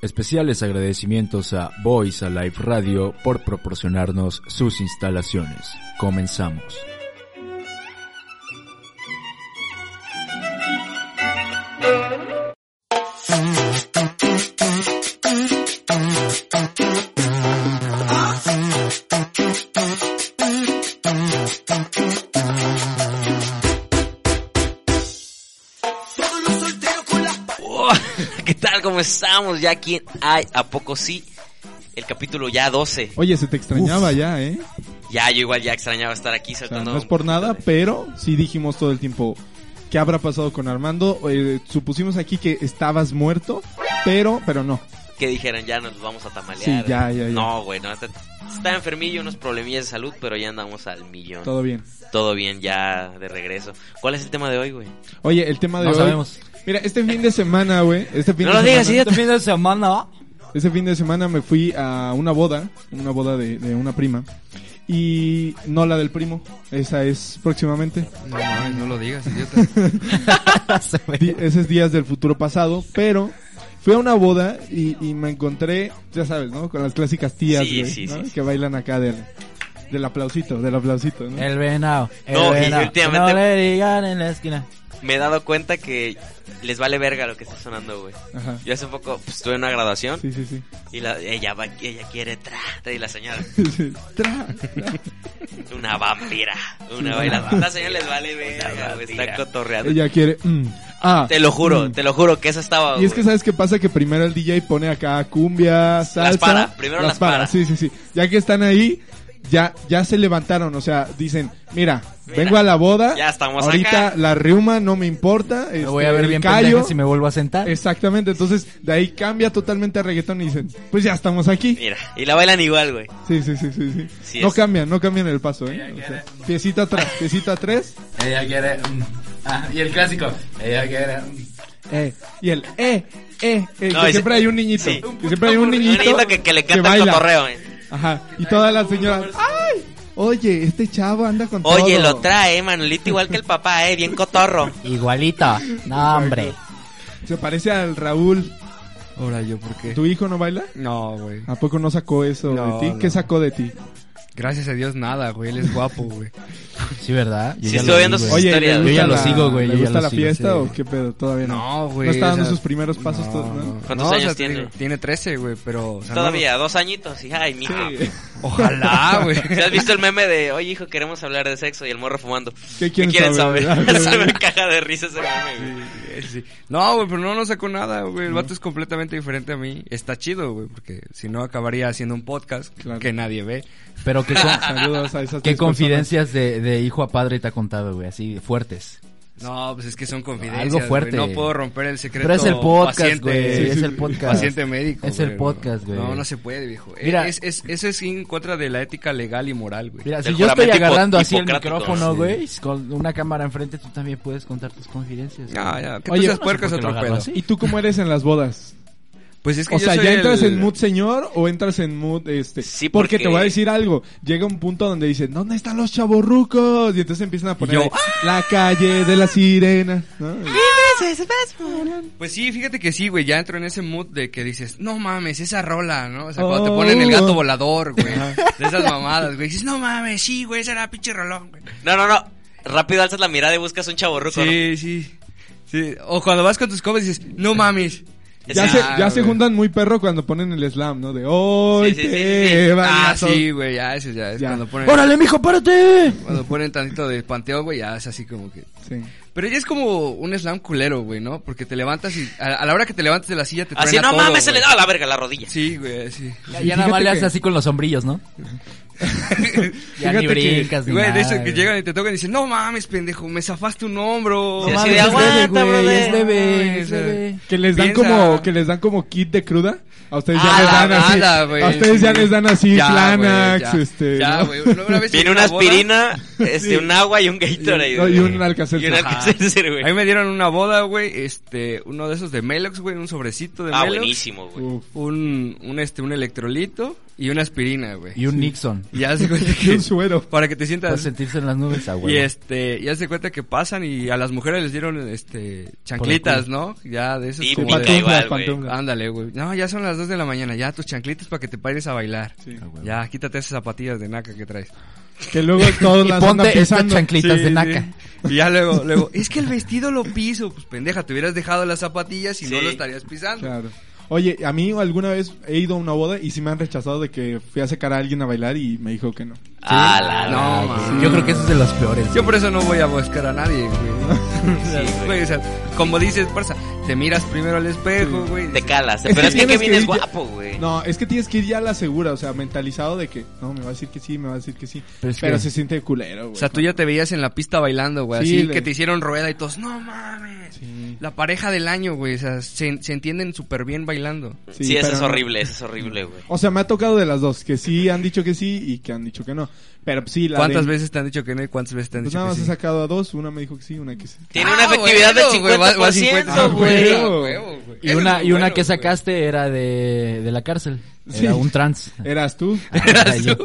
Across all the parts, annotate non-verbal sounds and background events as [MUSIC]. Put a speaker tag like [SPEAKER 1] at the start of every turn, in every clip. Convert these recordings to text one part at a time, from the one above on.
[SPEAKER 1] Especiales agradecimientos a Voice Alive Radio por proporcionarnos sus instalaciones. Comenzamos.
[SPEAKER 2] Oh, [LAUGHS] ¿Qué tal? ¿Cómo estamos? Ya aquí en Ay, ¿a poco sí? El capítulo ya 12.
[SPEAKER 3] Oye, se te extrañaba ya, ¿eh?
[SPEAKER 2] Ya, yo igual ya extrañaba estar aquí
[SPEAKER 3] O sea,
[SPEAKER 2] saltando.
[SPEAKER 3] no es por nada, pero sí dijimos todo el tiempo qué habrá pasado con Armando. Eh, supusimos aquí que estabas muerto, pero, pero no.
[SPEAKER 2] Que dijeran, ya nos vamos a tamalear.
[SPEAKER 3] Sí, ya, ya, ya.
[SPEAKER 2] No, güey, no. Está, está enfermillo, unos problemillas de salud, pero ya andamos al millón. Todo,
[SPEAKER 3] Todo bien.
[SPEAKER 2] bien, ya de regreso. ¿cuál es el tema de hoy, güey?
[SPEAKER 3] Oye, el tema de
[SPEAKER 1] No
[SPEAKER 3] hoy.
[SPEAKER 1] sabemos.
[SPEAKER 3] Mira, este fin de semana, güey. Este fin
[SPEAKER 2] No
[SPEAKER 3] de
[SPEAKER 2] lo
[SPEAKER 3] semana,
[SPEAKER 2] digas, idiota.
[SPEAKER 1] Este fin de semana.
[SPEAKER 3] Ese fin de semana me fui a una boda, una boda de, de una prima. Y no la del primo, esa es próximamente.
[SPEAKER 4] No mames, no lo digas, idiota.
[SPEAKER 3] Di- Ese es días del futuro pasado, pero fui a una boda y, y me encontré, ya sabes, ¿no? Con las clásicas tías,
[SPEAKER 2] Sí,
[SPEAKER 3] güey,
[SPEAKER 2] sí,
[SPEAKER 3] ¿no?
[SPEAKER 2] sí, sí.
[SPEAKER 3] Que bailan acá del, del aplausito, del aplausito, ¿no?
[SPEAKER 2] Eh.
[SPEAKER 1] El venado. El
[SPEAKER 2] No, y
[SPEAKER 1] venado.
[SPEAKER 2] últimamente-
[SPEAKER 1] No le digan en la esquina.
[SPEAKER 2] Me he dado cuenta que les vale verga lo que está sonando, güey.
[SPEAKER 3] Ajá.
[SPEAKER 2] Yo hace poco pues, estuve en una graduación
[SPEAKER 3] Sí, sí, sí. [LAUGHS]
[SPEAKER 2] y la, ella va, ella quiere tra, tra, y la señora,
[SPEAKER 3] Sí. Tra.
[SPEAKER 2] [LAUGHS] una vampira, una bailadora. La señora les vale verga, güey, está cotorreando.
[SPEAKER 3] Ella quiere. mm, ah,
[SPEAKER 2] Te lo juro,
[SPEAKER 3] mm.
[SPEAKER 2] te lo juro que esa estaba.
[SPEAKER 3] Y es
[SPEAKER 2] güey.
[SPEAKER 3] que sabes qué pasa que primero el DJ pone acá cumbia, salsa,
[SPEAKER 2] para, primero las para.
[SPEAKER 3] Sí, sí, sí. Ya que están ahí, ya ya se levantaron, o sea, dicen, mira, vengo a la boda,
[SPEAKER 2] ya estamos
[SPEAKER 3] ahorita
[SPEAKER 2] acá.
[SPEAKER 3] la riuma no me importa, este,
[SPEAKER 1] Me voy a ver bien
[SPEAKER 3] callo,
[SPEAKER 1] pendeja si me vuelvo a sentar.
[SPEAKER 3] Exactamente, entonces de ahí cambia totalmente a reggaetón y dicen, pues ya estamos aquí.
[SPEAKER 2] Mira, y la bailan igual, güey.
[SPEAKER 3] Sí, sí, sí, sí, sí.
[SPEAKER 2] Sí
[SPEAKER 3] no
[SPEAKER 2] es.
[SPEAKER 3] cambian, no cambian el paso, ¿eh? O sea, piecita atrás, piecita tres.
[SPEAKER 4] Ella quiere. mm. Ah, y el clásico. Ella quiere. mm.
[SPEAKER 3] Eh, y el eh, eh, eh,
[SPEAKER 2] No,
[SPEAKER 3] que
[SPEAKER 2] ese-
[SPEAKER 3] siempre hay un niñito.
[SPEAKER 2] sí.
[SPEAKER 3] que siempre hay un niñito,
[SPEAKER 2] que, que le canta el
[SPEAKER 3] baila.
[SPEAKER 2] cotorreo, eh.
[SPEAKER 3] Ajá. Y todas las señoras, ¡ay! Oye, este chavo anda con
[SPEAKER 2] Oye,
[SPEAKER 3] todo.
[SPEAKER 2] lo trae, Manolito, igual que el papá, eh, bien cotorro.
[SPEAKER 1] Igualito. No, hombre.
[SPEAKER 3] Se parece al Raúl.
[SPEAKER 4] Ahora yo, ¿por qué?
[SPEAKER 3] ¿Tu hijo no baila?
[SPEAKER 4] No, güey.
[SPEAKER 3] ¿A poco no sacó eso
[SPEAKER 4] No,
[SPEAKER 3] de ti? ¿Qué
[SPEAKER 4] no.
[SPEAKER 3] sacó de ti?
[SPEAKER 4] Gracias a Dios, nada, güey. Él es guapo, güey.
[SPEAKER 1] Sí, ¿verdad? Yo
[SPEAKER 2] Sí,
[SPEAKER 1] ya
[SPEAKER 2] estuve
[SPEAKER 1] lo
[SPEAKER 2] viendo
[SPEAKER 1] vi,
[SPEAKER 2] sus
[SPEAKER 1] güey.
[SPEAKER 2] historias. Yo
[SPEAKER 3] ¿le gusta
[SPEAKER 1] ya lo
[SPEAKER 3] la-
[SPEAKER 1] sigo, güey,
[SPEAKER 3] ¿Le
[SPEAKER 1] yo ya
[SPEAKER 3] gusta
[SPEAKER 1] lo
[SPEAKER 3] la
[SPEAKER 1] sigo,
[SPEAKER 3] fiesta
[SPEAKER 1] sí.
[SPEAKER 3] o qué pedo? Todavía no.
[SPEAKER 4] No, güey.
[SPEAKER 3] No está dando
[SPEAKER 4] o sea,
[SPEAKER 3] sus primeros pasos,
[SPEAKER 4] no.
[SPEAKER 3] todavía, ¿no?
[SPEAKER 2] ¿Cuántos
[SPEAKER 4] No, o
[SPEAKER 2] años
[SPEAKER 4] sea, eh,
[SPEAKER 2] tiene?
[SPEAKER 4] Tiene 13, güey, pero. o sea, no-
[SPEAKER 2] Todavía, dos añitos, y ay, mijo.
[SPEAKER 3] Sí.
[SPEAKER 2] [LAUGHS]
[SPEAKER 4] Ojalá, güey.
[SPEAKER 2] ¿Sí ¿Has visto el meme de, oye, hijo, queremos hablar de sexo y el morro fumando?
[SPEAKER 3] ¿Qué quieren saber? [LAUGHS]
[SPEAKER 2] [LAUGHS] Se me caja de risa ese meme, güey.
[SPEAKER 4] Sí. No, güey, pero no nos sacó nada, güey. El vato es completamente diferente a mí. Está chido, güey, porque si no acabaría haciendo un podcast
[SPEAKER 3] Claro.
[SPEAKER 4] que nadie ve.
[SPEAKER 1] Pero qué, con-
[SPEAKER 3] Saludos a esas
[SPEAKER 1] qué
[SPEAKER 3] tres personas.
[SPEAKER 1] confidencias de, de hijo a padre te ha contado, güey. Así, fuertes.
[SPEAKER 4] No, pues es que son confidencias.
[SPEAKER 1] Algo
[SPEAKER 4] güey.
[SPEAKER 1] fuerte.
[SPEAKER 4] No puedo romper el secreto.
[SPEAKER 1] Pero es el podcast,
[SPEAKER 4] paciente-
[SPEAKER 1] güey.
[SPEAKER 3] Sí,
[SPEAKER 1] Es
[SPEAKER 3] sí.
[SPEAKER 1] el podcast.
[SPEAKER 4] Paciente médico.
[SPEAKER 1] Es
[SPEAKER 4] güey,
[SPEAKER 1] el
[SPEAKER 4] no.
[SPEAKER 1] podcast, güey.
[SPEAKER 4] No, no se puede, viejo.
[SPEAKER 1] Mira.
[SPEAKER 4] Mira. Es, es, eso es en contra de la ética legal y moral, güey.
[SPEAKER 1] Mira, si
[SPEAKER 2] Del
[SPEAKER 1] yo estoy
[SPEAKER 2] juramento hipo-
[SPEAKER 1] agarrando así el
[SPEAKER 2] hipocrático,
[SPEAKER 1] micrófono,
[SPEAKER 2] ¿no?
[SPEAKER 1] güey, con una cámara enfrente, tú también puedes contar tus confidencias. güey.
[SPEAKER 4] No, ya. Que
[SPEAKER 3] Oye,
[SPEAKER 4] tú seas
[SPEAKER 1] no sé
[SPEAKER 4] puerco es
[SPEAKER 1] por qué lo
[SPEAKER 4] otro
[SPEAKER 1] agarro
[SPEAKER 4] pedo.
[SPEAKER 1] así.
[SPEAKER 3] ¿Y tú cómo eres en las bodas?
[SPEAKER 4] Pues es que
[SPEAKER 3] o
[SPEAKER 4] yo
[SPEAKER 3] sea,
[SPEAKER 4] soy
[SPEAKER 3] ¿ya entras
[SPEAKER 4] el-
[SPEAKER 3] en mood señor o entras en mood este?
[SPEAKER 2] Sí,
[SPEAKER 3] porque...
[SPEAKER 2] porque-
[SPEAKER 3] te voy a decir algo. Llega un punto donde dicen, ¿dónde están los chavorrucos? Y entonces empiezan a poner
[SPEAKER 4] yo,
[SPEAKER 3] ahí, la calle de la sirena. ¿no?
[SPEAKER 4] Pues sí, fíjate que sí, güey. Ya entro en ese mood de que dices, no mames, esa rola, ¿no? O sea, cuando te
[SPEAKER 3] Oh.
[SPEAKER 4] ponen el gato volador, güey.
[SPEAKER 3] Ajá.
[SPEAKER 4] De esas mamadas, güey. Dices, no mames, sí, güey, esa era pinche rolón, güey.
[SPEAKER 2] No, no, no. Rápido alzas la mirada y buscas un chaborruco, ¿no?
[SPEAKER 4] Sí, sí. Sí. O cuando vas con tus copas dices, no mames.
[SPEAKER 3] Ya,
[SPEAKER 2] Sí.
[SPEAKER 3] se,
[SPEAKER 4] Ah,
[SPEAKER 3] ya se
[SPEAKER 4] güey.
[SPEAKER 3] juntan muy perro cuando ponen el slam, ¿no? De hoy
[SPEAKER 2] Sí, sí, sí,
[SPEAKER 3] te
[SPEAKER 2] sí, sí.
[SPEAKER 3] van
[SPEAKER 4] Ah,
[SPEAKER 3] a to-".
[SPEAKER 4] sí, güey, ya, eso ya es
[SPEAKER 3] Ya.
[SPEAKER 4] cuando ponen...
[SPEAKER 1] ¡Órale, mijo, párate!
[SPEAKER 4] Cuando ponen tantito de panteón, güey, ya es así como que...
[SPEAKER 3] Sí.
[SPEAKER 4] Pero ya es como un slam culero, güey, ¿no? Porque te levantas y... A, a la hora que te levantas de la silla te traen
[SPEAKER 2] Así,
[SPEAKER 4] a
[SPEAKER 2] no
[SPEAKER 4] todo,
[SPEAKER 2] mames, se le
[SPEAKER 4] güey.
[SPEAKER 2] da a la verga la rodilla.
[SPEAKER 4] Sí, güey, sí.
[SPEAKER 1] Ya,
[SPEAKER 3] Sí,
[SPEAKER 1] ya nada más
[SPEAKER 3] fíjate
[SPEAKER 1] le haces
[SPEAKER 3] que-
[SPEAKER 1] así con los sombrillos, ¿no? Ya ni
[SPEAKER 3] Fíjate que-
[SPEAKER 1] brincas, ni
[SPEAKER 4] Güey, de
[SPEAKER 1] nada,
[SPEAKER 4] eso que
[SPEAKER 1] güey.
[SPEAKER 4] llegan y te tocan y dicen, no mames, pendejo, me zafaste un hombro.
[SPEAKER 2] Sí,
[SPEAKER 1] No
[SPEAKER 2] así
[SPEAKER 1] mames,
[SPEAKER 2] de,
[SPEAKER 1] es
[SPEAKER 2] "Aguanta,
[SPEAKER 1] leve, güey,
[SPEAKER 2] brother".
[SPEAKER 1] es leve,
[SPEAKER 4] Ay,
[SPEAKER 1] es
[SPEAKER 4] o sea,
[SPEAKER 1] leve.
[SPEAKER 3] Que les dan
[SPEAKER 4] Piensa-
[SPEAKER 3] como que les dan como kit de cruda. A ustedes ya
[SPEAKER 4] Ah, la
[SPEAKER 3] les dan así.
[SPEAKER 4] nada, güey.
[SPEAKER 3] a ustedes ya les dan así
[SPEAKER 4] Ya, güey,
[SPEAKER 3] Flanax,
[SPEAKER 4] ya.
[SPEAKER 3] este.
[SPEAKER 4] Ya,
[SPEAKER 3] ¿no?
[SPEAKER 4] güey. Una vez en
[SPEAKER 2] Viene una
[SPEAKER 4] boda-
[SPEAKER 3] [LAUGHS]
[SPEAKER 2] aspirina Este, un agua y un Gatorade.
[SPEAKER 3] No, y
[SPEAKER 2] güey.
[SPEAKER 3] un Alka-Seltzer.
[SPEAKER 2] Y un Alka-Seltzer,
[SPEAKER 4] A mí
[SPEAKER 2] güey.
[SPEAKER 4] me dieron una boda, güey, este, uno de esos de Melox, güey, un sobrecito de
[SPEAKER 2] Ah,
[SPEAKER 4] Melox.
[SPEAKER 2] buenísimo, güey.
[SPEAKER 3] Uf.
[SPEAKER 4] Un, un, este, un electrolito y una aspirina, güey.
[SPEAKER 5] Y un Nixon.
[SPEAKER 4] Y haz de cuenta
[SPEAKER 3] [LAUGHS] Y
[SPEAKER 4] que...
[SPEAKER 3] un Pues suero.
[SPEAKER 4] Para que te
[SPEAKER 5] Para
[SPEAKER 4] sientas...
[SPEAKER 5] sentirse en las nubes, ah, güey.
[SPEAKER 4] Y este, ya se cuenta que pasan y a las mujeres les dieron, este, chanclitas, ¿no? Ya de esas
[SPEAKER 2] Y
[SPEAKER 4] como
[SPEAKER 2] pica
[SPEAKER 4] de-
[SPEAKER 2] igual, güey.
[SPEAKER 3] Pantunga.
[SPEAKER 4] Ándale, güey. Ah, No, ya son las 2 de la mañana, ya tus chanclitas para que te pares a bailar.
[SPEAKER 3] Sí.
[SPEAKER 5] Ah, güey.
[SPEAKER 4] Ya, quítate esas zapatillas de naca que traes.
[SPEAKER 3] Que luego todos
[SPEAKER 5] Y
[SPEAKER 3] las andan
[SPEAKER 5] ponte estas
[SPEAKER 3] pisando.
[SPEAKER 5] chanclitas
[SPEAKER 4] Sí,
[SPEAKER 5] de
[SPEAKER 4] sí.
[SPEAKER 5] naca.
[SPEAKER 4] Y ya luego, luego, es que el vestido lo piso. Pues pendeja, te hubieras dejado las zapatillas y no
[SPEAKER 2] Sí.
[SPEAKER 4] lo estarías pisando.
[SPEAKER 3] Claro. Oye, a mí alguna vez he ido a una boda y sí me han rechazado de que fui a sacar a alguien a bailar y me dijo que no.
[SPEAKER 2] Ah, la, la.
[SPEAKER 4] No, man.
[SPEAKER 5] Yo creo que eso es de los peores.
[SPEAKER 4] Yo por eso no voy a buscar a nadie, güey. [LAUGHS] O sea,
[SPEAKER 2] Sí, güey.
[SPEAKER 4] güey, o sea, como dices, Parza, te miras primero al espejo, güey.
[SPEAKER 2] Te
[SPEAKER 4] dices,
[SPEAKER 3] [LAUGHS]
[SPEAKER 2] calas.
[SPEAKER 3] Es
[SPEAKER 2] Pero
[SPEAKER 3] que
[SPEAKER 2] es que
[SPEAKER 3] tienes
[SPEAKER 2] Kevin
[SPEAKER 3] que
[SPEAKER 2] es
[SPEAKER 3] ir ya-
[SPEAKER 2] guapo, güey.
[SPEAKER 3] No, es que tienes que ir ya a la segura, o sea, mentalizado de que no, me va a decir que sí, me va a decir que sí.
[SPEAKER 5] Pero
[SPEAKER 3] Pero,
[SPEAKER 5] es que-
[SPEAKER 3] se siente culero, güey.
[SPEAKER 4] O sea, tú ya te veías en la pista bailando, güey.
[SPEAKER 3] Sí,
[SPEAKER 4] así
[SPEAKER 3] le-
[SPEAKER 4] que te hicieron rueda y todos, no mames.
[SPEAKER 3] Sí.
[SPEAKER 4] La pareja del año, güey. O sea, se, se entienden súper bien bailando.
[SPEAKER 2] Sí,
[SPEAKER 3] pero
[SPEAKER 2] eso es
[SPEAKER 3] no. Oh.
[SPEAKER 2] horrible, eso es horrible, güey.
[SPEAKER 3] O sea, me ha tocado de las dos, que sí han dicho que sí y que han dicho que no. Pero pues, sí, la
[SPEAKER 4] ¿Cuántas
[SPEAKER 3] de-
[SPEAKER 4] veces te han dicho que no y cuántas veces te han
[SPEAKER 3] Pues
[SPEAKER 4] dicho
[SPEAKER 3] nada
[SPEAKER 4] que
[SPEAKER 3] más he
[SPEAKER 4] sí?
[SPEAKER 3] sacado a dos, una me dijo que sí, una que sí.
[SPEAKER 2] Tiene
[SPEAKER 4] Ah,
[SPEAKER 2] una efectividad
[SPEAKER 4] bueno,
[SPEAKER 2] del
[SPEAKER 4] güey, va- va a
[SPEAKER 2] 50%,
[SPEAKER 4] 50%,
[SPEAKER 2] güey.
[SPEAKER 3] güey.
[SPEAKER 5] Y una, y una que sacaste era de, de la cárcel. Era
[SPEAKER 3] Sí. [LAUGHS]
[SPEAKER 5] un trans.
[SPEAKER 4] [LAUGHS]
[SPEAKER 3] ¿Eras tú?
[SPEAKER 5] Ah, era yo.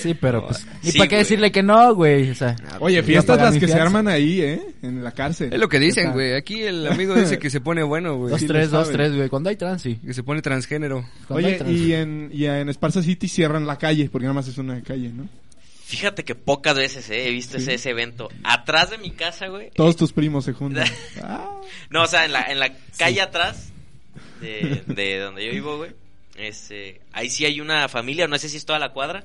[SPEAKER 5] Sí, pero pues. ¿Y
[SPEAKER 2] Sí,
[SPEAKER 5] para qué
[SPEAKER 2] güey.
[SPEAKER 5] decirle que no, güey? O sea,
[SPEAKER 3] Oye,
[SPEAKER 5] Iba a
[SPEAKER 3] fiestas
[SPEAKER 5] pagar
[SPEAKER 3] las
[SPEAKER 5] mi
[SPEAKER 3] que se
[SPEAKER 5] fianza.
[SPEAKER 3] arman ahí, ¿eh? En la cárcel.
[SPEAKER 4] pues, Es lo que dicen,
[SPEAKER 3] Está.
[SPEAKER 4] güey. Aquí el amigo dice que se pone bueno, güey.
[SPEAKER 5] dos,
[SPEAKER 3] sí lo
[SPEAKER 5] tres, dos,
[SPEAKER 3] saben.
[SPEAKER 5] tres, güey. Cuando hay trans, sí.
[SPEAKER 4] Que se pone transgénero.
[SPEAKER 5] Cuando hay
[SPEAKER 3] Oye,
[SPEAKER 5] trans.
[SPEAKER 3] y en, y en Esparza City cierran la calle, porque nada más es una calle, ¿no?
[SPEAKER 2] Fíjate que pocas veces eh, he visto ese, ese evento. Atrás de mi casa, güey.
[SPEAKER 3] Todos tus primos se
[SPEAKER 4] [LAUGHS]
[SPEAKER 3] juntan. Ah,
[SPEAKER 2] No, o sea, en la, en la calle atrás de, de donde yo vivo, güey. Este, ahí sí hay una familia, no sé si es toda la cuadra,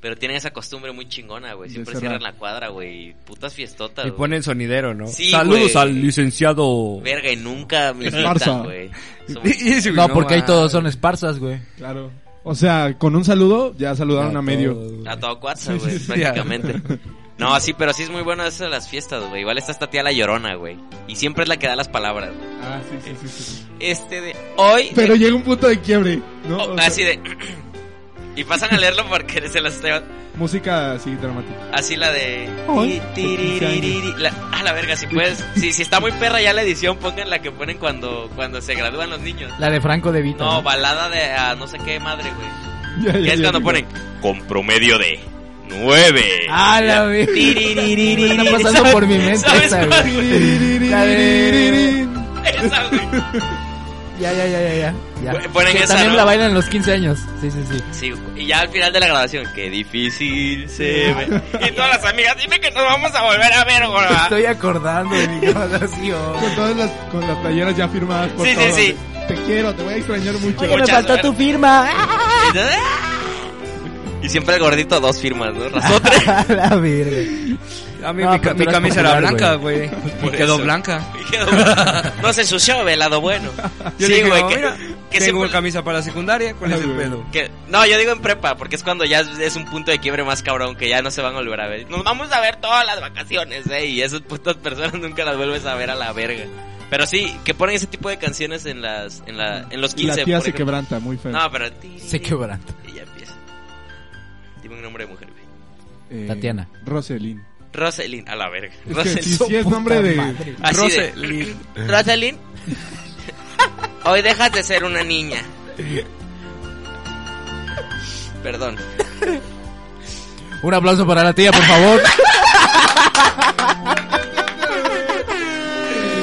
[SPEAKER 2] pero tienen esa costumbre muy chingona, güey.
[SPEAKER 3] De
[SPEAKER 2] Siempre
[SPEAKER 3] cerrar.
[SPEAKER 2] cierran la cuadra, güey. y Putas fiestotas,
[SPEAKER 4] Y
[SPEAKER 2] güey.
[SPEAKER 4] pone el sonidero, ¿no?
[SPEAKER 2] Sí,
[SPEAKER 4] Saludos
[SPEAKER 2] güey.
[SPEAKER 4] al licenciado.
[SPEAKER 2] Verga, y nunca me
[SPEAKER 3] Esparza.
[SPEAKER 2] invitan, güey. Somos-
[SPEAKER 4] [LAUGHS]
[SPEAKER 5] No, porque ahí todos son esparsas, güey.
[SPEAKER 3] claro. O sea, con un saludo ya saludaron a medio.
[SPEAKER 2] A todo cuatza, güey,
[SPEAKER 4] sí, sí,
[SPEAKER 2] prácticamente. No, sí, pero sí es muy bueno eso de las fiestas, güey. Igual está esta tía la llorona, güey. Y siempre es la que da las palabras. güey.
[SPEAKER 3] Ah, sí, sí, sí. sí.
[SPEAKER 2] Este de hoy.
[SPEAKER 3] Pero llega un punto de quiebre, ¿no?
[SPEAKER 2] Oh,
[SPEAKER 3] O sea,
[SPEAKER 2] así de. y pasan a leerlo porque se las estoy.
[SPEAKER 3] Música así dramática.
[SPEAKER 2] Así la de.
[SPEAKER 3] Hoy,
[SPEAKER 2] La, a la verga, si puedes. Si, si está muy perra ya la edición, pongan la que ponen cuando, cuando se gradúan los niños.
[SPEAKER 5] La de Franco de Vita.
[SPEAKER 2] No, balada de a no sé qué madre,
[SPEAKER 5] [LAUGHS]
[SPEAKER 2] güey.
[SPEAKER 3] [LAUGHS] Ya, ya,
[SPEAKER 2] Que es
[SPEAKER 3] ya,
[SPEAKER 2] cuando
[SPEAKER 3] ya.
[SPEAKER 2] ponen. Con promedio de. 9.
[SPEAKER 5] Ah, la vi. Está
[SPEAKER 2] [LAUGHS]
[SPEAKER 5] pasando por mi mente
[SPEAKER 2] ¿Sabes
[SPEAKER 5] esa,
[SPEAKER 2] cuál,
[SPEAKER 5] güey.
[SPEAKER 3] Tiriririririn.
[SPEAKER 5] La de-
[SPEAKER 3] [LAUGHS]
[SPEAKER 2] Esa, güey.
[SPEAKER 5] Ya, ya, ya, ya, ya. ya.
[SPEAKER 2] Güey, ponen
[SPEAKER 5] Que
[SPEAKER 2] esa,
[SPEAKER 5] también
[SPEAKER 2] ¿no?
[SPEAKER 5] la bailan en los 15 años. Sí, sí, sí.
[SPEAKER 2] Sí, güey. y ya al final de la grabación, qué difícil se
[SPEAKER 5] Ah.
[SPEAKER 2] ve. Y todas las amigas, dime que nos vamos a volver a ver, güey.
[SPEAKER 5] Estoy
[SPEAKER 2] [LAUGHS]
[SPEAKER 5] acordando de mi grabación.
[SPEAKER 3] Con todas las, con las playeras ya firmadas por
[SPEAKER 2] Sí, sí,
[SPEAKER 3] todos.
[SPEAKER 2] sí.
[SPEAKER 3] Te quiero, te voy a extrañar mucho.
[SPEAKER 5] Oye, me
[SPEAKER 2] Muchas
[SPEAKER 5] faltó
[SPEAKER 2] gracias.
[SPEAKER 5] tu firma. [LAUGHS]
[SPEAKER 2] Entonces, ¡ah! [LAUGHS] Y siempre el gordito dos firmas, ¿no? Rasotre.
[SPEAKER 5] la verga.
[SPEAKER 4] A mí
[SPEAKER 5] No,
[SPEAKER 4] mi,
[SPEAKER 5] pero
[SPEAKER 4] ca-
[SPEAKER 5] tú
[SPEAKER 4] mi
[SPEAKER 5] eras
[SPEAKER 4] camisa era
[SPEAKER 5] popular,
[SPEAKER 4] blanca, güey. Y
[SPEAKER 2] Pues Por
[SPEAKER 4] quedó
[SPEAKER 2] eso.
[SPEAKER 4] blanca.
[SPEAKER 2] Y quedó bueno. No se ensució, ve, lado bueno.
[SPEAKER 4] Yo
[SPEAKER 2] sí,
[SPEAKER 4] dije,
[SPEAKER 2] güey,
[SPEAKER 4] no,
[SPEAKER 2] que,
[SPEAKER 4] mira,
[SPEAKER 2] que
[SPEAKER 4] tengo
[SPEAKER 2] siempre-
[SPEAKER 4] una camisa para secundaria, ¿cuál
[SPEAKER 3] Ah,
[SPEAKER 4] es el
[SPEAKER 3] güey.
[SPEAKER 4] pedo?
[SPEAKER 2] que- No, yo digo en prepa, porque es cuando ya es, es un punto de quiebre más cabrón, que ya no se van a volver a ver. Nos vamos a ver todas las vacaciones, ¿eh? Y esas putas personas nunca las vuelves a ver a la verga. Pero sí, que ponen ese tipo de canciones en las en, la, en los
[SPEAKER 3] Y
[SPEAKER 2] 15,
[SPEAKER 3] la tía
[SPEAKER 2] por
[SPEAKER 3] se
[SPEAKER 2] ejemplo.
[SPEAKER 3] quebranta, muy feo.
[SPEAKER 2] No, pero...
[SPEAKER 5] Se quebranta.
[SPEAKER 2] Y ya empieza. Dime un nombre de mujer, güey.
[SPEAKER 3] Eh,
[SPEAKER 5] Tatiana.
[SPEAKER 3] Roselyn.
[SPEAKER 2] Roselyn, a la verga.
[SPEAKER 3] Es que
[SPEAKER 2] Roselyn.
[SPEAKER 3] sí, sí es
[SPEAKER 5] Puta
[SPEAKER 3] nombre de...
[SPEAKER 5] madre.
[SPEAKER 2] Así
[SPEAKER 4] Rose,
[SPEAKER 2] de-
[SPEAKER 4] li-
[SPEAKER 2] [LAUGHS] Roselyn, hoy dejas de ser una niña. Perdón.
[SPEAKER 5] Un aplauso para la tía, por favor.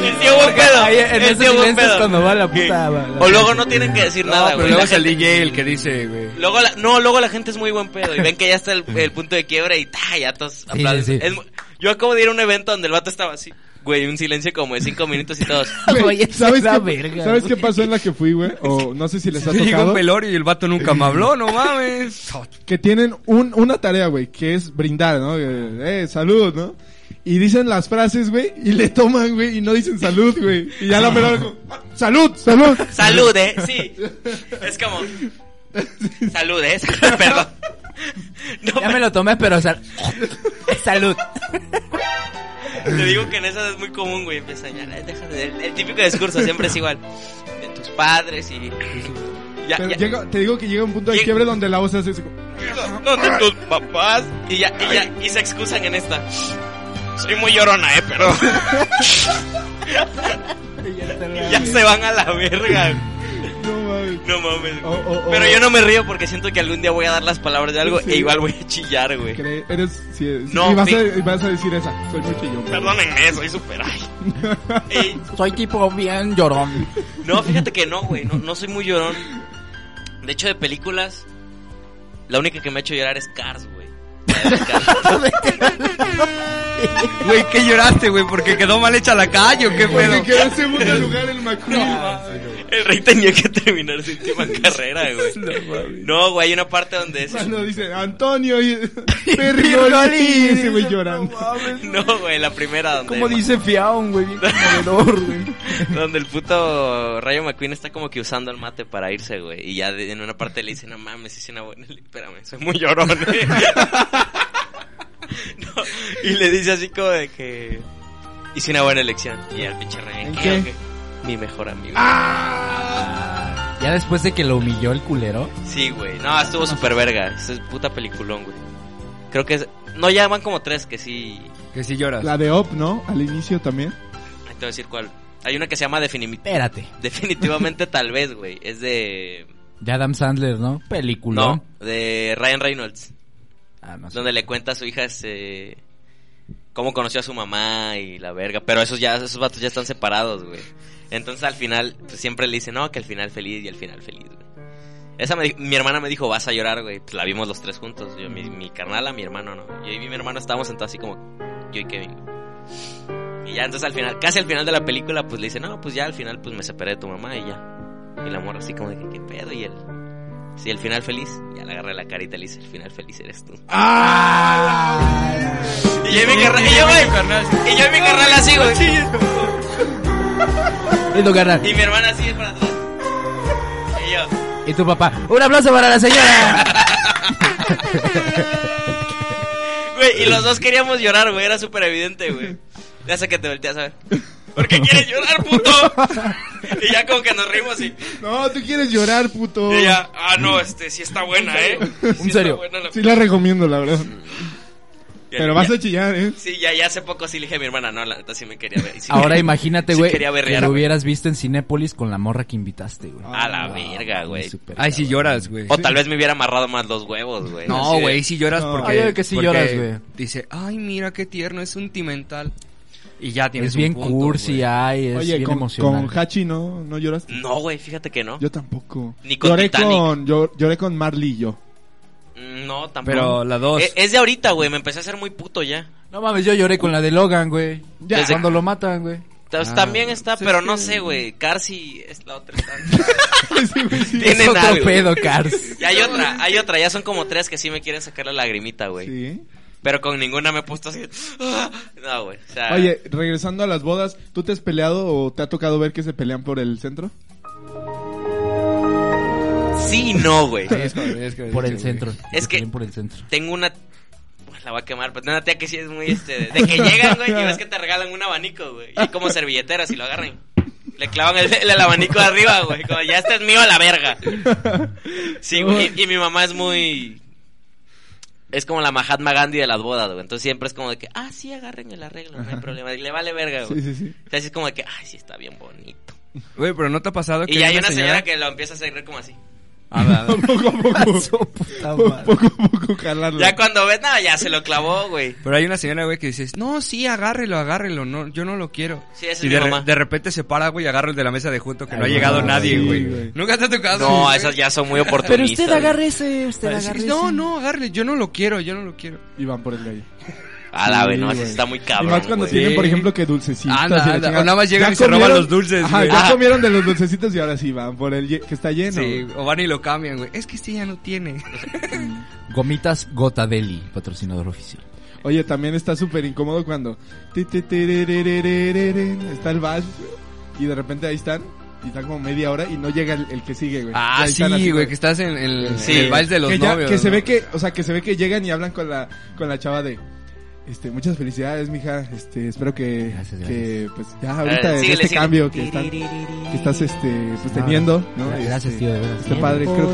[SPEAKER 2] El tío buen pedo.
[SPEAKER 5] Ahí, en
[SPEAKER 2] el
[SPEAKER 5] esos
[SPEAKER 2] tío buen
[SPEAKER 5] silencios
[SPEAKER 2] pedo.
[SPEAKER 5] cuando va la
[SPEAKER 2] Que-
[SPEAKER 5] puta. va- la-
[SPEAKER 2] O luego no tienen que decir
[SPEAKER 4] No, pues
[SPEAKER 2] nada,
[SPEAKER 4] pero
[SPEAKER 2] güey.
[SPEAKER 4] luego
[SPEAKER 2] La
[SPEAKER 4] es el
[SPEAKER 2] gente-
[SPEAKER 4] DJ el que dice, güey.
[SPEAKER 2] Luego la- no, luego la gente es muy buen pedo y ven que ya está el, el punto de quiebra y ta, ya todos aplauden.
[SPEAKER 5] sí, sí.
[SPEAKER 2] Es mu- yo acabo de ir a un evento donde el vato estaba así, güey, un silencio como de cinco minutos y todos.
[SPEAKER 3] Güey,
[SPEAKER 5] [LAUGHS] Oye, esa
[SPEAKER 3] ¿sabes,
[SPEAKER 5] es la
[SPEAKER 3] qué,
[SPEAKER 5] verga,
[SPEAKER 3] ¿Sabes
[SPEAKER 5] güey.
[SPEAKER 3] qué pasó en la que fui, güey? O no sé si les ha
[SPEAKER 4] Yo llegué a un
[SPEAKER 3] tocado.
[SPEAKER 4] velorio y el vato nunca me habló, no
[SPEAKER 2] [LAUGHS]
[SPEAKER 4] mames.
[SPEAKER 3] Que tienen un, una tarea, güey, que es brindar, ¿no? Eh, eh, salud, ¿no? Y dicen las frases, güey, y le toman, güey, y no dicen salud, güey. Y ya la verdad, como, salud,
[SPEAKER 2] [LAUGHS]
[SPEAKER 3] salud.
[SPEAKER 2] Salud, eh, sí. Es como. Salud, eh. [LAUGHS] Perdón. No,
[SPEAKER 5] Ya me lo tomé,
[SPEAKER 3] [LAUGHS]
[SPEAKER 5] pero sal- salud.
[SPEAKER 2] Te digo que en esas es muy común, güey, empieza a ñañar, "Ay, deja de- el, el típico discurso siempre es igual. De tus padres y. Ya,
[SPEAKER 3] Pero
[SPEAKER 2] ya.
[SPEAKER 3] llega- te digo que llega un punto de
[SPEAKER 2] Llega-
[SPEAKER 3] quiebre donde la voz hace así como,
[SPEAKER 2] No, no, tus papás. Y ya, y ya, y se excusan en esta. Soy muy llorona, eh, pero. [LAUGHS] Y ya se van a la verga.
[SPEAKER 3] No mames.
[SPEAKER 2] No mames,
[SPEAKER 3] O-
[SPEAKER 2] güey.
[SPEAKER 3] o- o-
[SPEAKER 2] Pero yo no me río porque siento que algún día voy a dar las palabras de algo
[SPEAKER 3] oh. Sí.
[SPEAKER 2] e igual voy a chillar, güey.
[SPEAKER 3] Cre- Eres. Sí, eres-
[SPEAKER 2] No,
[SPEAKER 3] y vas,
[SPEAKER 2] mi-
[SPEAKER 3] a, y vas a decir esa. Soy muy chillón.
[SPEAKER 2] Perdónenme, soy super ay. Y-
[SPEAKER 5] Soy tipo bien llorón.
[SPEAKER 2] No, fíjate que no, güey. No, no soy muy llorón. De hecho, de películas, la única que me ha hecho llorar es Cars, güey. La de Cars.
[SPEAKER 4] Güey, ¿qué lloraste, güey? ¿Porque quedó mal hecha la calle o qué
[SPEAKER 3] Porque
[SPEAKER 4] pedo?
[SPEAKER 3] quedó en segundo lugar el Ah, Macron.
[SPEAKER 2] El rey tenía que terminar su última carrera, güey. No, güey, hay una parte donde es...
[SPEAKER 3] Cuando dice Antonio
[SPEAKER 2] [LAUGHS]
[SPEAKER 3] y Perrigoli. y Ese güey llorando.
[SPEAKER 2] [LAUGHS] No, güey, la primera donde...
[SPEAKER 5] Como dice Fiaon, güey, bien conmovedor, güey.
[SPEAKER 2] [LAUGHS] Donde el puto Rayo McQueen está como que usando el mate para irse, güey. Y ya de- en una parte le dice, no mames, hice una buena... Espérame, soy muy llorón. eh". [LAUGHS] No, y le dice así como de que... Hice una buena elección. Y al pinche Rayo,
[SPEAKER 3] ¿En
[SPEAKER 2] ¿qué?
[SPEAKER 3] qué?
[SPEAKER 2] o qué? Mi mejor amigo.
[SPEAKER 5] Ah. Ya después de que lo humilló el culero.
[SPEAKER 2] Sí, güey. No, estuvo súper verga. Esa es puta peliculón, güey. Creo que es... No, ya van como tres que sí...
[SPEAKER 4] Que sí lloras.
[SPEAKER 3] La de Op, ¿no? Al inicio también.
[SPEAKER 2] Ay, Te voy a decir cuál. Hay una que se llama Definimi-
[SPEAKER 5] Espérate.
[SPEAKER 2] Definitivamente Tal vez, güey. Es de...
[SPEAKER 5] De Adam Sandler, ¿no? Película.
[SPEAKER 2] No, de Ryan Reynolds.
[SPEAKER 5] Ah, no sé.
[SPEAKER 2] Donde le cuenta a su hija este, cómo conoció a su mamá y la verga. Pero esos ya, esos vatos ya están separados, güey. Entonces al final, pues, siempre le dice, no, que al final feliz y al final feliz, güey. Esa me di- mi hermana me dijo, vas a llorar, güey. Pues la vimos los tres juntos. Yo, mi, mi carnala, mi hermano, ¿no? Yo y mi hermano estábamos sentados así como yo y Kevin. Y ya entonces al final, casi al final de la película, pues le dice, no, pues ya al final pues me separé de tu mamá y ya. Y la morra así como de que qué pedo y él. Sí, el final feliz. Ya le agarré la carita y le dice, el final feliz eres tú. Y yo y mi carnal, y yo, güey, y yo y mi carnal así, güey.
[SPEAKER 5] Lindo carnal.
[SPEAKER 2] Y mi hermana así para atrás. Y yo,
[SPEAKER 5] Y tu papá. ¡Un aplauso para la señora!
[SPEAKER 2] güey, y los dos queríamos llorar, güey, era súper evidente, güey. Ya sé que te volteas a ver. ¿Por qué quieres llorar, puto? Y ya como que nos reímos y,
[SPEAKER 3] No, tú quieres llorar, puto.
[SPEAKER 2] y ella, ah, no, este, sí está buena, ¿eh? Sí
[SPEAKER 5] Un serio.
[SPEAKER 2] Está buena la...
[SPEAKER 3] Sí la recomiendo, la verdad.
[SPEAKER 2] Ya-
[SPEAKER 3] Pero vas
[SPEAKER 2] ya-
[SPEAKER 3] a chillar, ¿eh?
[SPEAKER 2] Sí, ya, ya hace poco sí le dije a mi hermana, no, la neta sí me quería ver. Y sí
[SPEAKER 5] Ahora
[SPEAKER 2] quería-
[SPEAKER 5] imagínate,
[SPEAKER 2] sí
[SPEAKER 5] güey,
[SPEAKER 2] quería
[SPEAKER 5] que
[SPEAKER 2] berrear,
[SPEAKER 5] lo
[SPEAKER 2] güey.
[SPEAKER 5] hubieras visto en Cinépolis con la morra que invitaste, güey.
[SPEAKER 2] A la
[SPEAKER 5] Wow,
[SPEAKER 2] Ah,
[SPEAKER 1] Ah,
[SPEAKER 2] verga, güey.
[SPEAKER 5] súper
[SPEAKER 4] Ay, sí
[SPEAKER 5] cabrón.
[SPEAKER 4] lloras, güey.
[SPEAKER 2] O tal vez me hubiera amarrado más los huevos, güey. Así
[SPEAKER 4] No,
[SPEAKER 2] de-
[SPEAKER 4] güey, sí lloras
[SPEAKER 3] No.
[SPEAKER 4] porque...
[SPEAKER 5] Ay, ay, que sí
[SPEAKER 4] porque
[SPEAKER 5] lloras, güey.
[SPEAKER 4] Dice, ay, mira qué tierno, es sentimental. Y ya tienes
[SPEAKER 5] Es bien
[SPEAKER 4] un punto,
[SPEAKER 5] cursi, ah,
[SPEAKER 4] güey.
[SPEAKER 5] ay, es
[SPEAKER 3] Oye,
[SPEAKER 5] bien
[SPEAKER 3] con,
[SPEAKER 5] emocional.
[SPEAKER 3] con Hachi no, no lloraste.
[SPEAKER 2] No, güey, fíjate que no.
[SPEAKER 3] Yo tampoco.
[SPEAKER 2] Ni con
[SPEAKER 3] lloré
[SPEAKER 2] Titanic.
[SPEAKER 3] con yo- lloré con Marley y yo.
[SPEAKER 2] Mm, No, tampoco.
[SPEAKER 4] Pero la dos...
[SPEAKER 2] Eh, es de ahorita, güey. Me empecé a hacer muy puto ya.
[SPEAKER 5] No mames, yo lloré con la de Logan, güey.
[SPEAKER 3] Ya.
[SPEAKER 2] Desde-
[SPEAKER 5] Cuando lo matan, güey.
[SPEAKER 2] Entonces,
[SPEAKER 4] Ah,
[SPEAKER 2] también está,
[SPEAKER 4] sí,
[SPEAKER 2] pero
[SPEAKER 4] sí.
[SPEAKER 2] no sé, güey. Carsi es la otra. está-
[SPEAKER 3] [LAUGHS] Sí, güey, sí.
[SPEAKER 2] Tienen
[SPEAKER 5] Es otro
[SPEAKER 2] algo.
[SPEAKER 5] pedo, Cars.
[SPEAKER 2] Y hay otra, hay otra. Ya son como tres que sí me quieren sacar la lagrimita, güey.
[SPEAKER 3] Sí.
[SPEAKER 2] Pero con ninguna me he puesto así. [LAUGHS] No, güey. O
[SPEAKER 4] Ah.
[SPEAKER 2] sea,
[SPEAKER 3] Oye, regresando a las bodas, ¿tú te has peleado o te ha tocado ver que se pelean por el centro?
[SPEAKER 2] sí, y no, güey.
[SPEAKER 4] Es que- es que-
[SPEAKER 5] Por el
[SPEAKER 4] güey.
[SPEAKER 5] centro.
[SPEAKER 2] Es que-
[SPEAKER 5] También Por
[SPEAKER 4] [LAUGHS]
[SPEAKER 5] el centro. [LAUGHS]
[SPEAKER 2] Tengo una. Pues la voy a quemar. Pero tengo una tía que sí es muy este. De, de que llegan, güey, y ves que te regalan un abanico, güey. Y hay como servilleteras y lo agarran. Le clavan el, el abanico de arriba, güey. Como ya este es mío a la verga. Sí, güey. Y, y mi mamá es muy. Es como la Mahatma Gandhi de las bodas, güey. Entonces siempre es como de que, ah, sí, agarren el arreglo, no hay problema. Y le vale
[SPEAKER 4] Ah,
[SPEAKER 2] verga, güey.
[SPEAKER 3] Sí, sí, sí.
[SPEAKER 2] O sea, sí es como de que, ay, sí, está bien bonito.
[SPEAKER 4] Güey, pero ¿no te ha pasado que Ah,
[SPEAKER 2] Y ya hay una señora que lo empieza a hacer como así.
[SPEAKER 4] A ver, a ver.
[SPEAKER 3] Poco
[SPEAKER 4] [LAUGHS]
[SPEAKER 3] a poco.
[SPEAKER 4] Ah,
[SPEAKER 5] Puta madre.
[SPEAKER 3] Poco a poco jalarlo.
[SPEAKER 2] Ya cuando ves, no, ya se lo clavó, güey.
[SPEAKER 4] Pero hay una señora, güey, que dices, no, sí, agárrelo, agárrelo, no, yo no lo quiero.
[SPEAKER 2] Sí, esa es
[SPEAKER 4] y
[SPEAKER 2] mi
[SPEAKER 4] de, re-
[SPEAKER 2] mamá.
[SPEAKER 4] de repente se para, güey, y agarra el de la mesa de junto que no ha
[SPEAKER 5] Ay,
[SPEAKER 4] llegado
[SPEAKER 5] no,
[SPEAKER 4] nadie,
[SPEAKER 3] Ah, sí,
[SPEAKER 4] güey.
[SPEAKER 3] güey.
[SPEAKER 4] Nunca te ha
[SPEAKER 3] [LAUGHS]
[SPEAKER 4] tocado.
[SPEAKER 2] No,
[SPEAKER 4] güey.
[SPEAKER 2] esas ya son muy oportunistas.
[SPEAKER 5] Pero usted
[SPEAKER 2] güey.
[SPEAKER 5] agarre ese, usted
[SPEAKER 4] Para
[SPEAKER 5] agarre
[SPEAKER 4] decir,
[SPEAKER 5] ese.
[SPEAKER 4] No, no, agárrele, yo no lo quiero, yo no lo quiero.
[SPEAKER 3] Y van por el gallo.
[SPEAKER 2] A la vez, no,
[SPEAKER 3] Sí,
[SPEAKER 2] eso
[SPEAKER 3] güey.
[SPEAKER 2] está muy
[SPEAKER 3] Y
[SPEAKER 2] cabrón.
[SPEAKER 3] más cuando
[SPEAKER 2] güey.
[SPEAKER 3] tienen, por
[SPEAKER 4] Sí.
[SPEAKER 3] ejemplo, que dulcecitos.
[SPEAKER 4] Anda,
[SPEAKER 3] y la
[SPEAKER 4] anda,
[SPEAKER 3] chingada.
[SPEAKER 4] o nada más llegan
[SPEAKER 3] Ya
[SPEAKER 4] y se roban
[SPEAKER 3] comieron-
[SPEAKER 4] los dulces,
[SPEAKER 3] Ajá,
[SPEAKER 4] güey.
[SPEAKER 3] ya
[SPEAKER 2] Ah.
[SPEAKER 3] comieron de los dulcecitos y ahora sí van por el lle- que está lleno.
[SPEAKER 4] Sí, o van y lo cambian, güey. Es que este ya no tiene.
[SPEAKER 5] Gomitas Gotadeli, patrocinador oficial.
[SPEAKER 3] Oye, también está súper incómodo cuando ti, ti, ti, ri, ri, ri, ri, ri, ri, está el bash y de repente ahí están y están como media hora y no llega el, el que sigue, güey. Y
[SPEAKER 4] Ah,
[SPEAKER 3] ahí
[SPEAKER 4] sí,
[SPEAKER 3] están así,
[SPEAKER 4] güey, que estás en, en-
[SPEAKER 2] Sí.
[SPEAKER 4] en el baile de los
[SPEAKER 3] que ya-
[SPEAKER 4] novios.
[SPEAKER 3] que se
[SPEAKER 4] ¿no?
[SPEAKER 3] ve que, o sea, que se ve que llegan y hablan con la con la chava de Este, muchas felicidades, mija. Este, espero que,
[SPEAKER 5] Gracias,
[SPEAKER 3] que pues ya
[SPEAKER 2] A ver,
[SPEAKER 4] Eh,
[SPEAKER 3] ahorita en
[SPEAKER 2] síguele,
[SPEAKER 3] este
[SPEAKER 2] síguele.
[SPEAKER 3] cambio que, están- que estás este pues teniendo, ¿no?
[SPEAKER 5] Gra- Ah, Gracias,
[SPEAKER 3] Este,
[SPEAKER 5] tío, de veras.
[SPEAKER 3] Este padre, creo que creo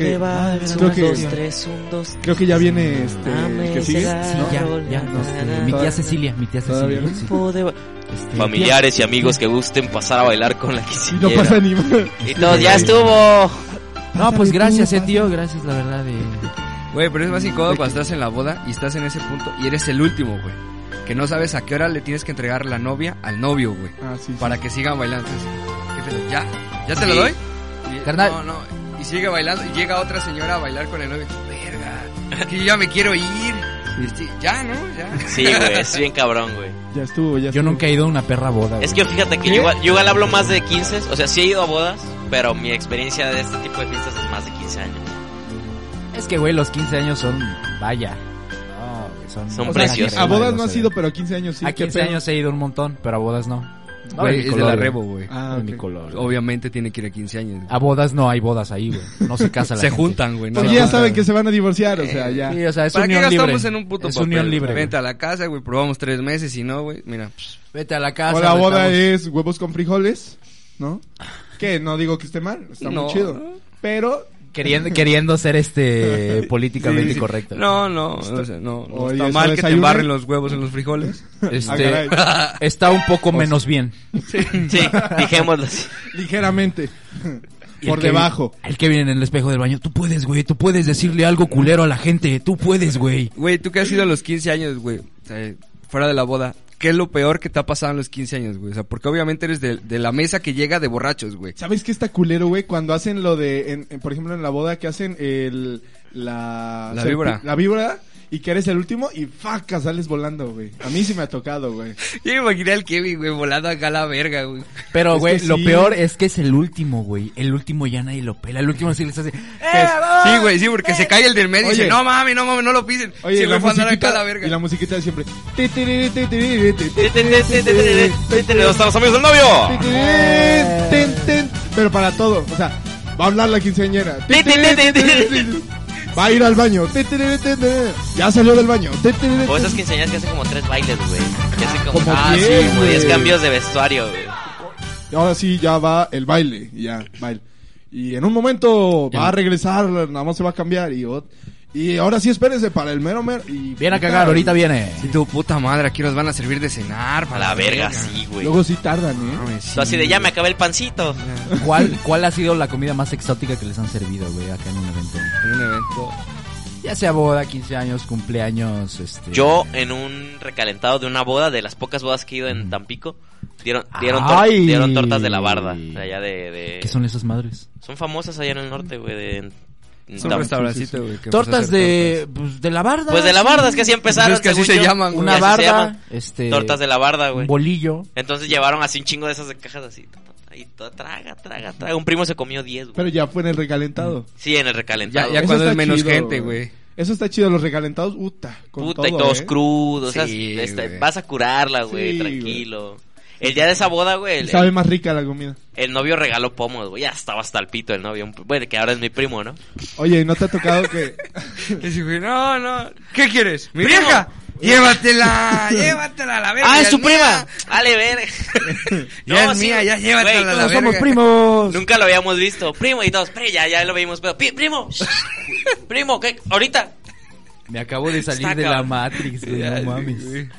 [SPEAKER 3] que creo que ya viene este el que sigue,
[SPEAKER 5] Sí,
[SPEAKER 3] ¿no?
[SPEAKER 5] ya, ya. no, este, mi tía Cecilia, mi tía
[SPEAKER 3] Todavía
[SPEAKER 5] Cecilia.
[SPEAKER 3] no.
[SPEAKER 5] sí. Este,
[SPEAKER 2] Familiares y amigos que gusten pasar a bailar con la que
[SPEAKER 3] Y no pasa ni mal.
[SPEAKER 2] Y todos, ya estuvo.
[SPEAKER 5] No, pues gracias, eh, tío. Gracias, la verdad. eh.
[SPEAKER 4] Güey, pero es más incómodo cuando estás en la boda y estás en ese punto y eres el último, güey. Que no sabes a qué hora le tienes que entregar la novia al novio, güey.
[SPEAKER 3] Ah, sí. sí.
[SPEAKER 4] Para que sigan bailando. Entonces, ¿qué pedo? ¿Ya? ¿Ya te lo
[SPEAKER 2] Sí.
[SPEAKER 4] doy? Y-
[SPEAKER 5] Carnal.
[SPEAKER 4] No, no. Y sigue bailando y llega otra señora a bailar con el novio. Verga, que yo ya me quiero ir. Este, Ya, ¿no? Ya.
[SPEAKER 2] Sí, güey, es bien cabrón, güey.
[SPEAKER 3] Ya estuvo, ya
[SPEAKER 5] Yo
[SPEAKER 3] estuvo.
[SPEAKER 5] nunca he ido a una perra boda.
[SPEAKER 2] Es
[SPEAKER 5] güey.
[SPEAKER 2] que fíjate que yo igual, yo igual hablo más de 15, o sea, sí he ido a bodas, pero mi experiencia de este tipo de fiestas es más de 15 años.
[SPEAKER 5] Es que, güey, los 15 años son. Vaya. No, güey, son,
[SPEAKER 2] Son
[SPEAKER 5] una
[SPEAKER 2] preciosos.
[SPEAKER 5] crema
[SPEAKER 3] a
[SPEAKER 5] de
[SPEAKER 3] bodas no
[SPEAKER 5] los
[SPEAKER 3] has
[SPEAKER 5] de-
[SPEAKER 3] ido, pero a 15 años sí.
[SPEAKER 5] A
[SPEAKER 3] qué
[SPEAKER 5] 15
[SPEAKER 3] pedo.
[SPEAKER 5] años he ido un montón, pero a bodas no. No,
[SPEAKER 4] Güey,
[SPEAKER 5] de mi
[SPEAKER 4] es de
[SPEAKER 5] color,
[SPEAKER 4] la
[SPEAKER 5] güey.
[SPEAKER 4] Rebo, güey.
[SPEAKER 3] Ah,
[SPEAKER 5] De mi
[SPEAKER 3] ok.
[SPEAKER 5] color. güey.
[SPEAKER 4] Obviamente tiene que ir a 15 años. güey.
[SPEAKER 5] A bodas no hay bodas ahí, güey. No se casa la
[SPEAKER 4] Se
[SPEAKER 5] gente.
[SPEAKER 4] juntan, güey.
[SPEAKER 3] Porque
[SPEAKER 4] nada
[SPEAKER 3] ya
[SPEAKER 4] más.
[SPEAKER 3] saben que se van a divorciar, o
[SPEAKER 4] Eh,
[SPEAKER 3] sea, ya.
[SPEAKER 5] Sí, o sea, es
[SPEAKER 4] ¿Para qué
[SPEAKER 5] unión libre.
[SPEAKER 4] gastamos en un puto
[SPEAKER 5] Es
[SPEAKER 4] papel?
[SPEAKER 5] unión libre. güey.
[SPEAKER 4] Vente a la casa, güey, probamos tres meses y no, güey. Mira, pues,
[SPEAKER 5] Vete a la casa.
[SPEAKER 3] O la boda
[SPEAKER 5] rentamos-
[SPEAKER 3] es huevos con frijoles, ¿no? Que no digo que esté mal, está
[SPEAKER 4] No.
[SPEAKER 3] muy chido. Pero
[SPEAKER 5] Queriendo, queriendo ser [LAUGHS] este políticamente
[SPEAKER 3] Sí, sí.
[SPEAKER 5] correcto.
[SPEAKER 4] no, no, o sea, no, no
[SPEAKER 3] Oye,
[SPEAKER 4] está
[SPEAKER 3] ¿eso
[SPEAKER 4] mal que te
[SPEAKER 3] desayuno?
[SPEAKER 4] embarren los huevos en los frijoles.
[SPEAKER 5] Este,
[SPEAKER 3] Ah,
[SPEAKER 5] [LAUGHS] está un poco menos bien.
[SPEAKER 2] Sí,
[SPEAKER 3] [LAUGHS]
[SPEAKER 2] dijémoslo así.
[SPEAKER 4] [LAUGHS]
[SPEAKER 3] ligeramente
[SPEAKER 5] Y
[SPEAKER 3] por
[SPEAKER 5] el que
[SPEAKER 3] debajo.
[SPEAKER 5] vi- El que viene en el espejo del baño. Tú puedes, güey. Tú puedes decirle algo culero a la gente. Tú puedes, güey.
[SPEAKER 4] Güey, tú que has ido a los 15 años, güey, o sea, fuera de la boda, ¿qué es lo peor que te ha pasado en los 15 años, güey? O sea, porque obviamente eres de, de la mesa que llega de borrachos, güey.
[SPEAKER 3] ¿Sabes qué está culero, güey? Cuando hacen lo de, en- en- por ejemplo, en la boda que hacen el la
[SPEAKER 4] La víbora.
[SPEAKER 3] la víbora y que eres el último y faca sales volando, güey. A mí sí me ha tocado, güey.
[SPEAKER 4] Yo me imaginé al Kevin, güey, volando acá a la verga, güey.
[SPEAKER 5] Pero,
[SPEAKER 3] Es
[SPEAKER 5] güey,
[SPEAKER 3] que
[SPEAKER 5] lo
[SPEAKER 3] sí.
[SPEAKER 5] peor es que es el último, güey. El último ya nadie lo pela. El último sí les hace. ¡Eh,
[SPEAKER 4] Sí, güey, sí, porque se cae el del medio y dice,
[SPEAKER 3] Oye.
[SPEAKER 4] no mami, no mami, no lo pisen.
[SPEAKER 3] Oye,
[SPEAKER 4] sí,
[SPEAKER 3] la
[SPEAKER 4] güey, fue a andar acá a
[SPEAKER 3] musiquita,
[SPEAKER 4] la verga.
[SPEAKER 3] y la musiquita de siempre. Ti, ti, ri, ti, ti, ri, ti, ti,
[SPEAKER 2] Los estamos amigos del novio.
[SPEAKER 3] Tin, tin. Pero para todo, o sea, va a hablar la quinceañera. Tin, tin, tin, tin, tin. Va a ir al baño. Tin, tin, tin, tin. Ya salió del baño. Tin, tin, tin, tin.
[SPEAKER 2] O esas quinceañeras Pues que hacen como tres bailes, güey. Que hacen como,
[SPEAKER 3] Como
[SPEAKER 2] ah,
[SPEAKER 3] diez,
[SPEAKER 2] sí, como
[SPEAKER 3] güey.
[SPEAKER 2] 10 cambios de vestuario, güey.
[SPEAKER 3] Y ahora sí, ya va el baile. y Ya, baile. Y en un momento va a regresar, nada más se va a cambiar. Y, ot- y ahora sí, espérense para el mero mero. Y,
[SPEAKER 5] Viene a cagar, ahorita viene.
[SPEAKER 4] Y tu puta madre, aquí nos van a servir de cenar.
[SPEAKER 2] A la verga, sí, güey.
[SPEAKER 3] Luego sí tardan,
[SPEAKER 4] No,
[SPEAKER 3] ¿eh?
[SPEAKER 4] güey, sí.
[SPEAKER 2] Tú así de ya me acabé el pancito.
[SPEAKER 5] ¿Cuál, ¿Cuál ha sido la comida más exótica que les han servido, güey, acá en un evento?
[SPEAKER 4] En un evento.
[SPEAKER 5] Ya sea boda, 15 años, cumpleaños, este...
[SPEAKER 2] Yo en un recalentado de una boda, de las pocas bodas que he ido en Tampico, dieron, dieron, tor-
[SPEAKER 5] Ay.
[SPEAKER 2] dieron tortas de la barda. de allá de, de-
[SPEAKER 5] ¿Qué son esas madres?
[SPEAKER 2] son famosas allá en el norte, güey. de- en
[SPEAKER 4] Es un
[SPEAKER 2] Tam-
[SPEAKER 4] restaurancito, güey. que empezó a
[SPEAKER 5] Tortas
[SPEAKER 4] hacer
[SPEAKER 5] de... Pues, de la barda.
[SPEAKER 2] Pues de la barda, es que así empezaron.
[SPEAKER 4] Es que así
[SPEAKER 2] según
[SPEAKER 4] se
[SPEAKER 2] yo.
[SPEAKER 4] llaman, güey.
[SPEAKER 5] Una
[SPEAKER 2] Así se
[SPEAKER 5] barda,
[SPEAKER 2] llaman.
[SPEAKER 5] este...
[SPEAKER 2] Tortas de la barda, güey.
[SPEAKER 5] Un bolillo.
[SPEAKER 2] Entonces llevaron así un chingo de esas de cajas así. ta, ta, ta, Y to- traga, traga, traga. Un primo se comió 10,
[SPEAKER 3] Pero
[SPEAKER 2] güey.
[SPEAKER 3] ya fue en el recalentado.
[SPEAKER 2] Sí, en el
[SPEAKER 4] Ya,
[SPEAKER 2] recalentado.
[SPEAKER 4] ya
[SPEAKER 3] Eso
[SPEAKER 4] cuando
[SPEAKER 3] está
[SPEAKER 4] es menos
[SPEAKER 3] chido,
[SPEAKER 4] gente,
[SPEAKER 3] güey.
[SPEAKER 4] güey.
[SPEAKER 3] Eso está chido, los recalentados, puta. con
[SPEAKER 2] Puta, y
[SPEAKER 3] todo,
[SPEAKER 2] todos
[SPEAKER 3] ¿eh?
[SPEAKER 2] crudos. o sea,
[SPEAKER 4] Sí,
[SPEAKER 2] este,
[SPEAKER 4] güey.
[SPEAKER 2] vas a curarla, güey,
[SPEAKER 3] Sí,
[SPEAKER 2] tranquilo. El día de esa boda, güey, el,
[SPEAKER 3] Sabe más rica la comida.
[SPEAKER 2] el novio regaló pomos, güey. Ya estaba hasta el pito el novio. Un- Bueno, que ahora es mi primo, ¿no?
[SPEAKER 3] Oye, ¿y ¿no te ha tocado que
[SPEAKER 4] Y sí, güey, no, no. ¿Qué quieres? ¡Mi
[SPEAKER 2] ¡Primo!
[SPEAKER 4] vieja! [LAUGHS] ¡Llévatela! ¡Llévatela a la verga!
[SPEAKER 2] ¡Ah, es
[SPEAKER 4] ya
[SPEAKER 2] su
[SPEAKER 4] mía!
[SPEAKER 2] prima! ¡Vale,
[SPEAKER 4] [LAUGHS]
[SPEAKER 2] ver! [LAUGHS]
[SPEAKER 4] Ya es mía, ya llévatela
[SPEAKER 2] güey,
[SPEAKER 4] a la verga.
[SPEAKER 2] todos somos-
[SPEAKER 5] ¡Somos primos!
[SPEAKER 2] Nunca lo habíamos visto. Primo y todos, "Pri, ya, ya lo vimos, pero... "Pi- ¡Primo! ¡Primo! ¿Qué? ¿Ahorita?
[SPEAKER 5] Me acabo de salir
[SPEAKER 2] Está
[SPEAKER 5] de la
[SPEAKER 2] cabrón.
[SPEAKER 5] Matrix, güey,
[SPEAKER 4] Ya,
[SPEAKER 5] no
[SPEAKER 4] sí,
[SPEAKER 5] mames.
[SPEAKER 4] güey.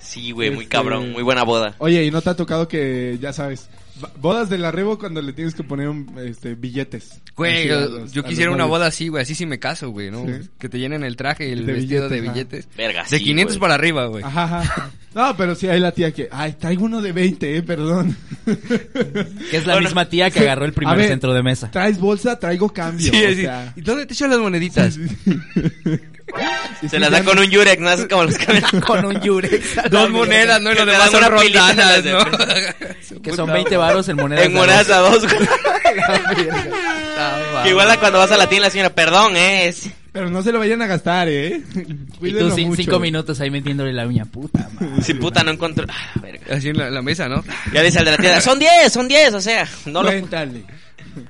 [SPEAKER 2] Sí, güey, muy
[SPEAKER 3] Este-
[SPEAKER 2] cabrón. Muy buena boda.
[SPEAKER 3] Oye, ¿y no te ha tocado que, ya sabes, ba- bodas del arrebo cuando le tienes que poner un, este, billetes?
[SPEAKER 4] Güey,
[SPEAKER 3] Así a
[SPEAKER 4] yo,
[SPEAKER 3] los-
[SPEAKER 4] yo
[SPEAKER 3] a los
[SPEAKER 4] quisiera una
[SPEAKER 3] novios.
[SPEAKER 4] boda así, güey. Así sí me caso, güey, ¿no?
[SPEAKER 3] Sí.
[SPEAKER 4] Que te llenen el traje y el
[SPEAKER 3] De
[SPEAKER 4] vestido
[SPEAKER 3] billetes, ajá.
[SPEAKER 4] de billetes.
[SPEAKER 2] Verga,
[SPEAKER 4] De
[SPEAKER 2] sí,
[SPEAKER 4] 500
[SPEAKER 2] güey.
[SPEAKER 4] para arriba, güey.
[SPEAKER 3] Ajá, ajá. No, pero sí hay la tía que, ay, traigo uno de 20, eh, perdón.
[SPEAKER 5] Que es la
[SPEAKER 2] Bueno.
[SPEAKER 5] misma tía que agarró el primer
[SPEAKER 3] A ver,
[SPEAKER 5] centro de mesa.
[SPEAKER 3] Traes bolsa, traigo
[SPEAKER 4] Sí,
[SPEAKER 3] cambio. o
[SPEAKER 4] sí.
[SPEAKER 3] sea.
[SPEAKER 4] ¿Y dónde te echan las
[SPEAKER 3] [LAUGHS]
[SPEAKER 4] moneditas?
[SPEAKER 2] Se las da con un Yurex, ¿no? Es como los
[SPEAKER 4] [LAUGHS]
[SPEAKER 2] que...
[SPEAKER 5] [LAUGHS] Con un yurex.
[SPEAKER 4] Dos monedas, ¿no? Y
[SPEAKER 2] Que
[SPEAKER 4] lo
[SPEAKER 2] te
[SPEAKER 4] demás
[SPEAKER 2] dan
[SPEAKER 4] son
[SPEAKER 2] una pilita
[SPEAKER 4] rondanas,
[SPEAKER 2] de-
[SPEAKER 4] ¿no?
[SPEAKER 5] Que son 20 varos en monedas.
[SPEAKER 2] En
[SPEAKER 5] de
[SPEAKER 2] monedas a dos, güey.
[SPEAKER 4] Puta
[SPEAKER 2] Que igual a cuando vas a la tienda, la señora, perdón, eh. es-
[SPEAKER 3] Pero no se lo vayan a gastar, eh.
[SPEAKER 5] Y tú
[SPEAKER 3] Cuídenlo
[SPEAKER 5] sin
[SPEAKER 3] mucho.
[SPEAKER 5] cinco minutos ahí metiéndole la uña, puta madre.
[SPEAKER 2] Si puta no encontró. Ah, verga.
[SPEAKER 4] Así en la, la mesa, ¿no? [LAUGHS]
[SPEAKER 2] Ya dice el de la tienda, son 10, son 10, o sea, no lo.
[SPEAKER 3] Cuéntale.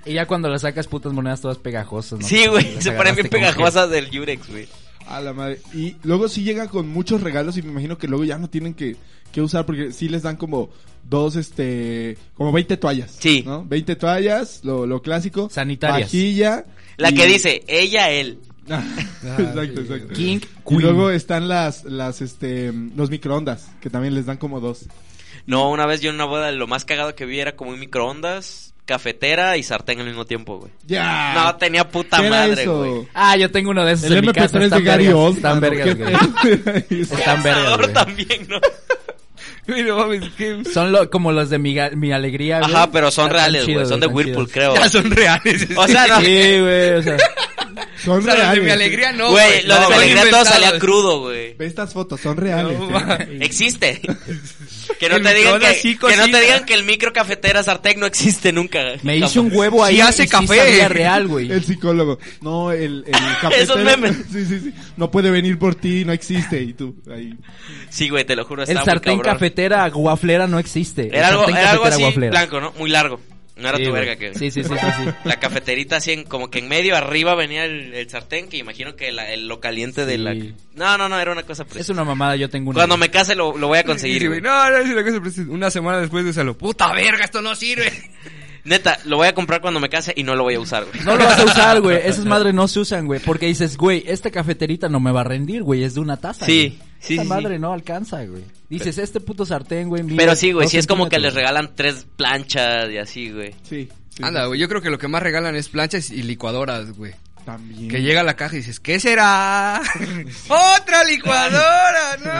[SPEAKER 5] Y ya cuando la sacas, putas monedas todas pegajosas, ¿no?
[SPEAKER 2] Sí,
[SPEAKER 5] Porque
[SPEAKER 2] güey,
[SPEAKER 5] las
[SPEAKER 2] se ponen bien
[SPEAKER 5] agarraste con
[SPEAKER 2] pegajosas del Yurex, güey.
[SPEAKER 3] A la madre. Y luego sí llega con muchos regalos y me imagino que luego ya no tienen que, que usar porque sí les dan como dos, este, como 20 toallas.
[SPEAKER 2] Sí.
[SPEAKER 3] ¿no? 20 toallas, lo, lo clásico.
[SPEAKER 5] Sanitarias.
[SPEAKER 3] Vajilla.
[SPEAKER 2] La
[SPEAKER 3] y-
[SPEAKER 2] que dice, ella, él.
[SPEAKER 3] [LAUGHS] Ah, exacto, exacto.
[SPEAKER 5] King
[SPEAKER 3] Y
[SPEAKER 5] Queen.
[SPEAKER 3] luego están las, las, este, los microondas, que también les dan como dos.
[SPEAKER 2] No, una vez yo en una boda lo más cagado que vi era como un microondas, cafetera y sartén al mismo tiempo, güey.
[SPEAKER 3] Ya.
[SPEAKER 2] No, tenía puta
[SPEAKER 3] ¿Qué Ah. era
[SPEAKER 2] madre,
[SPEAKER 3] eso?
[SPEAKER 2] güey.
[SPEAKER 5] Ah, yo tengo uno de esos
[SPEAKER 3] El
[SPEAKER 5] en mi casa.
[SPEAKER 3] MP3 de
[SPEAKER 5] están
[SPEAKER 3] Gary
[SPEAKER 5] vergas,
[SPEAKER 3] Oldman.
[SPEAKER 5] Están
[SPEAKER 3] ¿no?
[SPEAKER 5] vergas,
[SPEAKER 3] ¿Qué
[SPEAKER 5] güey.
[SPEAKER 3] es?
[SPEAKER 5] Están vergas,
[SPEAKER 2] Sabor
[SPEAKER 5] güey.
[SPEAKER 2] también, ¿no?
[SPEAKER 4] Güey, no mames,
[SPEAKER 2] [LAUGHS]
[SPEAKER 4] qué-
[SPEAKER 5] Son lo- como los de mi, ga- mi alegría, güey.
[SPEAKER 2] Ajá, pero son
[SPEAKER 5] Están
[SPEAKER 2] reales, güey.
[SPEAKER 5] chidos,
[SPEAKER 2] Son de
[SPEAKER 5] están
[SPEAKER 2] Whirlpool,
[SPEAKER 5] chidos.
[SPEAKER 2] creo.
[SPEAKER 4] Ya son reales.
[SPEAKER 2] O sea, no.
[SPEAKER 5] Sí, güey, o sea.
[SPEAKER 3] [LAUGHS] Son
[SPEAKER 4] O sea, los de
[SPEAKER 3] reales.
[SPEAKER 4] mi alegría no.
[SPEAKER 2] Güey, lo de
[SPEAKER 4] No,
[SPEAKER 2] mi
[SPEAKER 4] son
[SPEAKER 2] alegría todo
[SPEAKER 4] inventados.
[SPEAKER 2] salía crudo, güey.
[SPEAKER 3] Ve estas fotos, son reales.
[SPEAKER 4] No, mames.
[SPEAKER 2] Existe. Que no
[SPEAKER 4] El
[SPEAKER 2] te digan que,
[SPEAKER 4] microondas sí
[SPEAKER 2] que no
[SPEAKER 4] cocina.
[SPEAKER 2] te digan que el micro cafetera sartén no existe nunca.
[SPEAKER 5] Me hice un huevo ahí.
[SPEAKER 4] Sí hace
[SPEAKER 5] y
[SPEAKER 4] café.
[SPEAKER 5] Sí sabía real, güey.
[SPEAKER 3] El psicólogo. No, el, el cafetero.
[SPEAKER 2] Esos memes.
[SPEAKER 3] [LAUGHS] Sí, sí, sí. No puede venir por ti, no existe. Y tú, ahí.
[SPEAKER 2] Sí, güey, te lo juro,
[SPEAKER 5] El
[SPEAKER 2] estaba muy
[SPEAKER 5] sartén
[SPEAKER 2] cabrón.
[SPEAKER 5] cafetera guaflera no existe. El
[SPEAKER 2] Era algo,
[SPEAKER 5] sartén
[SPEAKER 2] era algo
[SPEAKER 5] cafetera
[SPEAKER 2] así
[SPEAKER 5] guaflera.
[SPEAKER 2] blanco, ¿no? Muy largo. No era
[SPEAKER 5] Sí,
[SPEAKER 2] tu
[SPEAKER 5] güey.
[SPEAKER 2] verga que...
[SPEAKER 5] Sí, sí, sí, sí, sí.
[SPEAKER 2] La cafeterita así en, como que en medio arriba venía el, el sartén que imagino que la- el, lo caliente de
[SPEAKER 5] Sí.
[SPEAKER 2] la... No, no, no, era una cosa
[SPEAKER 5] Es
[SPEAKER 2] preciosa.
[SPEAKER 5] una mamada, yo tengo una.
[SPEAKER 2] Cuando me case lo, lo voy a conseguir,
[SPEAKER 4] Sí,
[SPEAKER 2] güey.
[SPEAKER 4] güey. No, no, sí, la cosa, pero sí, una semana después de usarlo. Puta verga, esto no sirve.
[SPEAKER 2] Neta, lo voy a comprar cuando me case y no lo voy a usar, güey.
[SPEAKER 5] No lo vas a usar, güey. Esas
[SPEAKER 2] [LAUGHS]
[SPEAKER 5] madres no se usan, güey. Porque dices, güey, esta cafeterita no me va a rendir, güey. Es de una taza.
[SPEAKER 2] Sí,
[SPEAKER 5] güey.
[SPEAKER 2] sí,
[SPEAKER 5] Esta
[SPEAKER 2] sí,
[SPEAKER 5] madre no alcanza, güey. Dices, este puto sartén, güey. mide
[SPEAKER 2] Pero sí, güey,
[SPEAKER 5] dos
[SPEAKER 2] sí es como que les
[SPEAKER 5] centímetros.
[SPEAKER 2] regalan tres planchas y así, güey.
[SPEAKER 3] Sí. sí.
[SPEAKER 4] Anda, güey, yo creo que lo que más regalan es planchas y licuadoras, güey.
[SPEAKER 3] También.
[SPEAKER 4] Que llega a la caja y dices, ¿qué
[SPEAKER 3] [LAUGHS]
[SPEAKER 4] será? [LAUGHS] ¡Otra licuadora! [LAUGHS] ¡No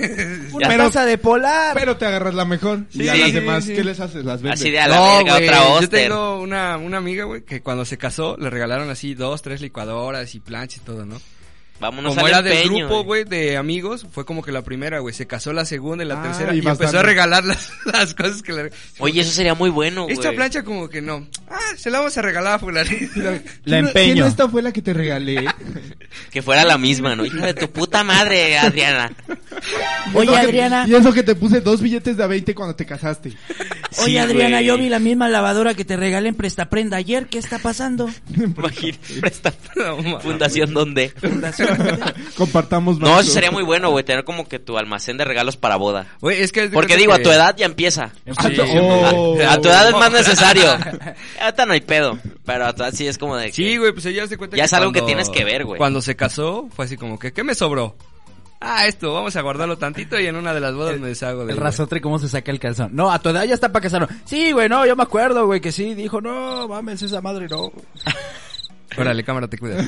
[SPEAKER 4] mames!
[SPEAKER 5] Una
[SPEAKER 3] Pero-
[SPEAKER 5] taza de polar.
[SPEAKER 3] Pero te agarras la mejor. y a
[SPEAKER 4] Sí,
[SPEAKER 3] las
[SPEAKER 4] sí,
[SPEAKER 3] demás,
[SPEAKER 4] sí.
[SPEAKER 3] ¿qué les haces? Las vendes.
[SPEAKER 2] Así de [LAUGHS] a la verga,
[SPEAKER 4] güey,
[SPEAKER 2] otra
[SPEAKER 4] Yo
[SPEAKER 2] Oster.
[SPEAKER 4] tengo una, una amiga, güey, que cuando se casó le regalaron así dos, tres licuadoras y planchas y todo, ¿no?
[SPEAKER 2] Vámonos
[SPEAKER 4] como
[SPEAKER 2] al
[SPEAKER 4] era del
[SPEAKER 2] empeño,
[SPEAKER 4] grupo, güey, de amigos, fue como que la primera, güey. Se casó la segunda y la
[SPEAKER 3] Ah,
[SPEAKER 4] tercera
[SPEAKER 3] y
[SPEAKER 4] y,
[SPEAKER 3] vas
[SPEAKER 4] empezó a
[SPEAKER 3] dando.
[SPEAKER 4] regalar las, [LAUGHS] las cosas que le...
[SPEAKER 2] Oye, eso sería muy bueno, güey.
[SPEAKER 4] Esta plancha como que no. Ah, se la vamos a regalar a fulanito.
[SPEAKER 3] [LAUGHS]
[SPEAKER 5] La
[SPEAKER 3] ¿Quién-
[SPEAKER 5] empeño.
[SPEAKER 3] quién esta fue la que te regalé?
[SPEAKER 2] Que fuera la misma, ¿no? Hija de tu puta madre, Adriana.
[SPEAKER 5] Oye,
[SPEAKER 3] Y eso que-
[SPEAKER 5] Adriana.
[SPEAKER 3] Y eso que te puse dos billetes de a 20 cuando te casaste. [LAUGHS]
[SPEAKER 5] Oye,
[SPEAKER 2] Sí,
[SPEAKER 5] Adriana,
[SPEAKER 2] güey.
[SPEAKER 5] yo vi la misma lavadora que te regalé en Prestaprenda ayer. ¿Qué está pasando?
[SPEAKER 2] Imagínate, presta
[SPEAKER 4] No, mames.
[SPEAKER 2] fundación donde.
[SPEAKER 3] Compartamos
[SPEAKER 2] No,
[SPEAKER 3] más.
[SPEAKER 2] eso sería muy bueno, güey, tener como que tu almacén de regalos para boda.
[SPEAKER 4] Güey, es que...
[SPEAKER 2] Porque digo, a tu edad ya empieza.
[SPEAKER 3] Ah,
[SPEAKER 4] Sí.
[SPEAKER 3] oh.
[SPEAKER 2] A tu edad es más necesario. Ahorita no hay pedo, pero a tu edad sí es como de que...
[SPEAKER 4] Sí, güey, pues ella se cuenta
[SPEAKER 2] Ya
[SPEAKER 4] que
[SPEAKER 2] es algo
[SPEAKER 4] cuando-
[SPEAKER 2] que tienes que ver, güey.
[SPEAKER 4] Cuando se casó, fue así como que, ¿qué me sobró? Ah, esto, vamos a guardarlo tantito y en una de las bodas me deshago de
[SPEAKER 5] El rasotre, ¿cómo se saca el calzón? No, a tu edad ya está para casarnos. Sí, güey, no, yo me acuerdo, güey, que sí. Dijo, no, mames, esa madre no.
[SPEAKER 4] Órale, cámara, te cuida.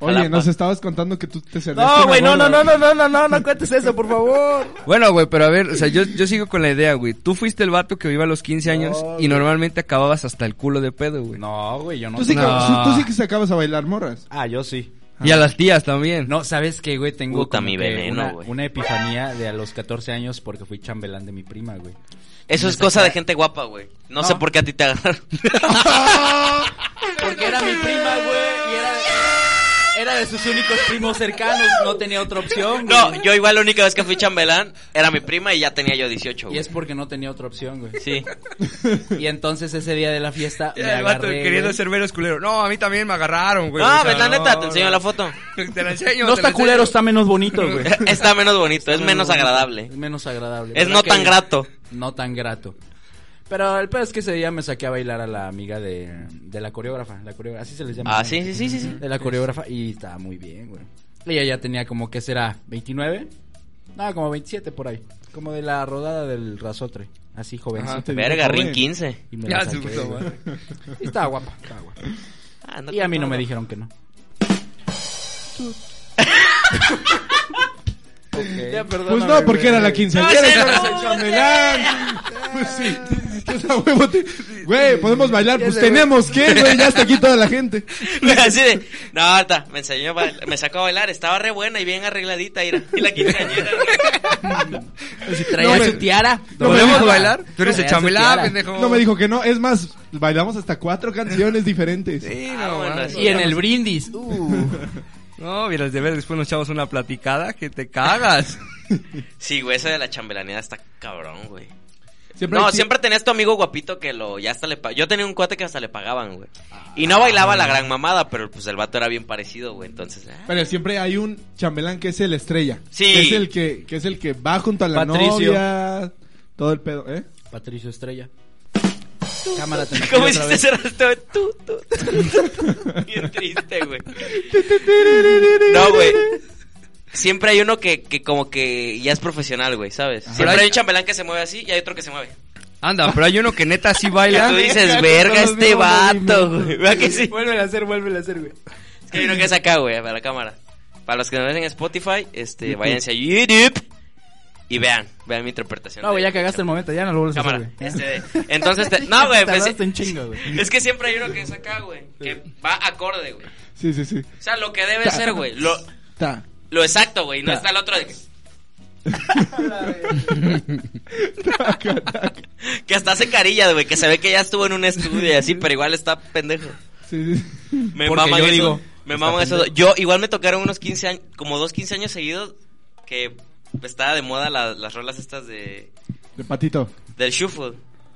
[SPEAKER 3] Oye, nos estabas contando que tú te serviste.
[SPEAKER 5] No, güey, no, no, no, no, no, no, no, no cuentes eso, por favor.
[SPEAKER 4] Bueno, güey, pero a ver, o sea, yo, yo sigo con la idea, güey. Tú fuiste el vato que viva a los 15 años y normalmente acababas hasta el culo de pedo, güey.
[SPEAKER 5] No, güey, yo no.
[SPEAKER 3] Tú sí, que,
[SPEAKER 4] No.
[SPEAKER 3] tú sí que sacabas a bailar morras.
[SPEAKER 5] Ah, yo sí.
[SPEAKER 4] Y a las tías también.
[SPEAKER 5] No, ¿sabes qué, güey? Tengo
[SPEAKER 2] Puta,
[SPEAKER 5] como
[SPEAKER 2] mi
[SPEAKER 5] que
[SPEAKER 2] veneno,
[SPEAKER 5] una,
[SPEAKER 2] güey.
[SPEAKER 5] una epifanía de a los 14 años porque fui chambelán de mi prima, güey.
[SPEAKER 2] Eso es cosa de gente guapa, güey. No, sé por qué a ti te agarraron.
[SPEAKER 5] Porque era mi prima, güey, y era... Era de sus únicos primos cercanos, no tenía otra opción, güey.
[SPEAKER 2] No, yo igual la única vez que fui chambelán era mi prima y ya tenía yo 18,
[SPEAKER 5] Y
[SPEAKER 2] güey.
[SPEAKER 5] es porque no tenía otra opción, güey.
[SPEAKER 2] Sí.
[SPEAKER 5] Y entonces ese día de la fiesta me
[SPEAKER 4] Ya, el vato
[SPEAKER 5] agarré,
[SPEAKER 4] queriendo
[SPEAKER 5] güey.
[SPEAKER 4] ser menos culero. No, a mí también me agarraron, güey.
[SPEAKER 2] no,
[SPEAKER 4] O sea,
[SPEAKER 2] ves la neta,
[SPEAKER 4] no,
[SPEAKER 2] te enseño
[SPEAKER 4] no.
[SPEAKER 2] la foto.
[SPEAKER 4] [LAUGHS] Te la enseño.
[SPEAKER 5] No
[SPEAKER 4] te la
[SPEAKER 5] está culero,
[SPEAKER 4] enseño.
[SPEAKER 5] está menos bonito, [LAUGHS] güey.
[SPEAKER 2] Está menos bonito, es menos agradable.
[SPEAKER 5] Es menos agradable.
[SPEAKER 2] Es
[SPEAKER 5] ¿Verdad
[SPEAKER 2] no
[SPEAKER 5] que
[SPEAKER 2] tan grato.
[SPEAKER 5] No tan grato. Pero el peor es que ese día me saqué a bailar a la amiga de, de la coreógrafa, la coreógrafa, así se les llama.
[SPEAKER 2] Ah, sí, sí, sí, sí, sí.
[SPEAKER 5] De la coreógrafa y estaba muy bien, güey. Ella ya tenía como que será 29, no, como 27 por ahí, como de la rodada del rasotre, así jovencita.
[SPEAKER 3] Te
[SPEAKER 2] Verga,
[SPEAKER 3] digo,
[SPEAKER 2] Rin
[SPEAKER 3] joven.
[SPEAKER 2] 15.
[SPEAKER 5] Y me la
[SPEAKER 4] Ya, su
[SPEAKER 5] saqué,
[SPEAKER 4] puta
[SPEAKER 5] güey.
[SPEAKER 4] madre.
[SPEAKER 5] Y estaba guapa, estaba guapa.
[SPEAKER 2] Ah,
[SPEAKER 5] Y a mí no me
[SPEAKER 2] dijo.
[SPEAKER 5] dijeron que no.
[SPEAKER 3] Pues no, porque era la quinceañera.
[SPEAKER 2] No,
[SPEAKER 3] y
[SPEAKER 2] sí,
[SPEAKER 3] ahora
[SPEAKER 2] no.
[SPEAKER 3] soy chambelán. Pues sí, pues a huevo te- Güey, podemos bailar. Pues tenemos que, güey. Ya está aquí toda la gente.
[SPEAKER 2] [LAUGHS] Así de, no, ahorita, me enseñó, a bailar- me sacó a bailar, estaba re buena y bien arregladita, era. Y la quinceañera.
[SPEAKER 5] Si traía
[SPEAKER 3] No me-
[SPEAKER 5] su tiara.
[SPEAKER 3] no me
[SPEAKER 4] ¿Podemos
[SPEAKER 3] dijo-
[SPEAKER 4] bailar? Tú eres el
[SPEAKER 5] Traía su
[SPEAKER 4] chambelán,
[SPEAKER 5] tiara.
[SPEAKER 4] pendejo.
[SPEAKER 3] No me dijo que no. Es más, bailamos hasta cuatro canciones diferentes.
[SPEAKER 4] Sí,
[SPEAKER 2] Ah,
[SPEAKER 4] no,
[SPEAKER 2] bueno,
[SPEAKER 4] mames.
[SPEAKER 5] Y en el brindis. Uh.
[SPEAKER 4] No, miras, de ver, después nos echamos una platicada que te cagas. [LAUGHS]
[SPEAKER 2] Sí, güey, eso de la chambelaneada está cabrón, güey.
[SPEAKER 3] Siempre
[SPEAKER 2] no,
[SPEAKER 3] hay-
[SPEAKER 2] siempre tenías tu amigo guapito que lo ya hasta le pa- yo tenía un cuate que hasta le pagaban, güey. Y no bailaba la gran mamada, pero pues el vato era bien parecido, güey, entonces. ah. [LAUGHS]
[SPEAKER 3] Pero siempre hay un chambelán que es el estrella.
[SPEAKER 2] Sí.
[SPEAKER 3] Que es el que, que es el que va junto a la
[SPEAKER 5] Patricio.
[SPEAKER 3] novia. Todo el pedo, ¿eh?
[SPEAKER 5] Patricio Estrella. Cámara [LAUGHS] te metí
[SPEAKER 2] ¿Cómo
[SPEAKER 5] otra
[SPEAKER 2] hiciste
[SPEAKER 5] vez.
[SPEAKER 2] cerrar todo? Tú, tú, [LAUGHS] Bien triste, güey. No, güey. Siempre hay uno que, que como que ya es profesional, güey, ¿sabes? Siempre
[SPEAKER 4] Pero
[SPEAKER 2] hay
[SPEAKER 4] hay-
[SPEAKER 2] un chambelán que se mueve así y hay otro que se mueve.
[SPEAKER 4] Anda, pero hay uno que neta sí
[SPEAKER 2] Y
[SPEAKER 4] baila.
[SPEAKER 2] tú
[SPEAKER 3] ya
[SPEAKER 2] dices,
[SPEAKER 3] con
[SPEAKER 2] verga
[SPEAKER 3] todos
[SPEAKER 2] este
[SPEAKER 3] los
[SPEAKER 2] vato, güey.
[SPEAKER 3] movimientos".
[SPEAKER 2] [LAUGHS] ¿Verdad que sí?
[SPEAKER 5] Vuelve a hacer, vuelve a hacer, güey.
[SPEAKER 2] Es que hay uno que es acá, güey, para la cámara. Para los que nos ven en Spotify, este, váyanse a YouTube y vean, vean mi interpretación.
[SPEAKER 5] No, güey,
[SPEAKER 2] de-
[SPEAKER 5] ya cagaste el momento, ya no lo vuelves a
[SPEAKER 2] Cámara.
[SPEAKER 5] hacer, güey. [LAUGHS]
[SPEAKER 2] Este, entonces, te- no, güey, pues,
[SPEAKER 5] Tardaste un chingo, güey.
[SPEAKER 2] es que siempre hay uno que es acá, güey, que va acorde, güey.
[SPEAKER 3] Sí, sí, sí.
[SPEAKER 2] O sea, lo que debe ser, güey. Lo,
[SPEAKER 3] Ta.
[SPEAKER 2] lo exacto, güey. No está el otro de
[SPEAKER 5] [LAUGHS]
[SPEAKER 2] que, [LAUGHS]
[SPEAKER 3] Taca, taca.
[SPEAKER 2] que hasta hace carillas, güey. Que se ve que ya estuvo en un estudio y así, pero igual está pendejo.
[SPEAKER 3] Sí, sí.
[SPEAKER 2] Me
[SPEAKER 5] Porque
[SPEAKER 2] maman
[SPEAKER 5] yo
[SPEAKER 2] eso.
[SPEAKER 5] digo,
[SPEAKER 2] me
[SPEAKER 5] está
[SPEAKER 2] maman eso.
[SPEAKER 5] pendejo.
[SPEAKER 2] Yo igual me tocaron unos 15 años, como dos 15 años seguidos que estaba de moda la- las rolas estas de
[SPEAKER 3] De patito.
[SPEAKER 2] del shuffle.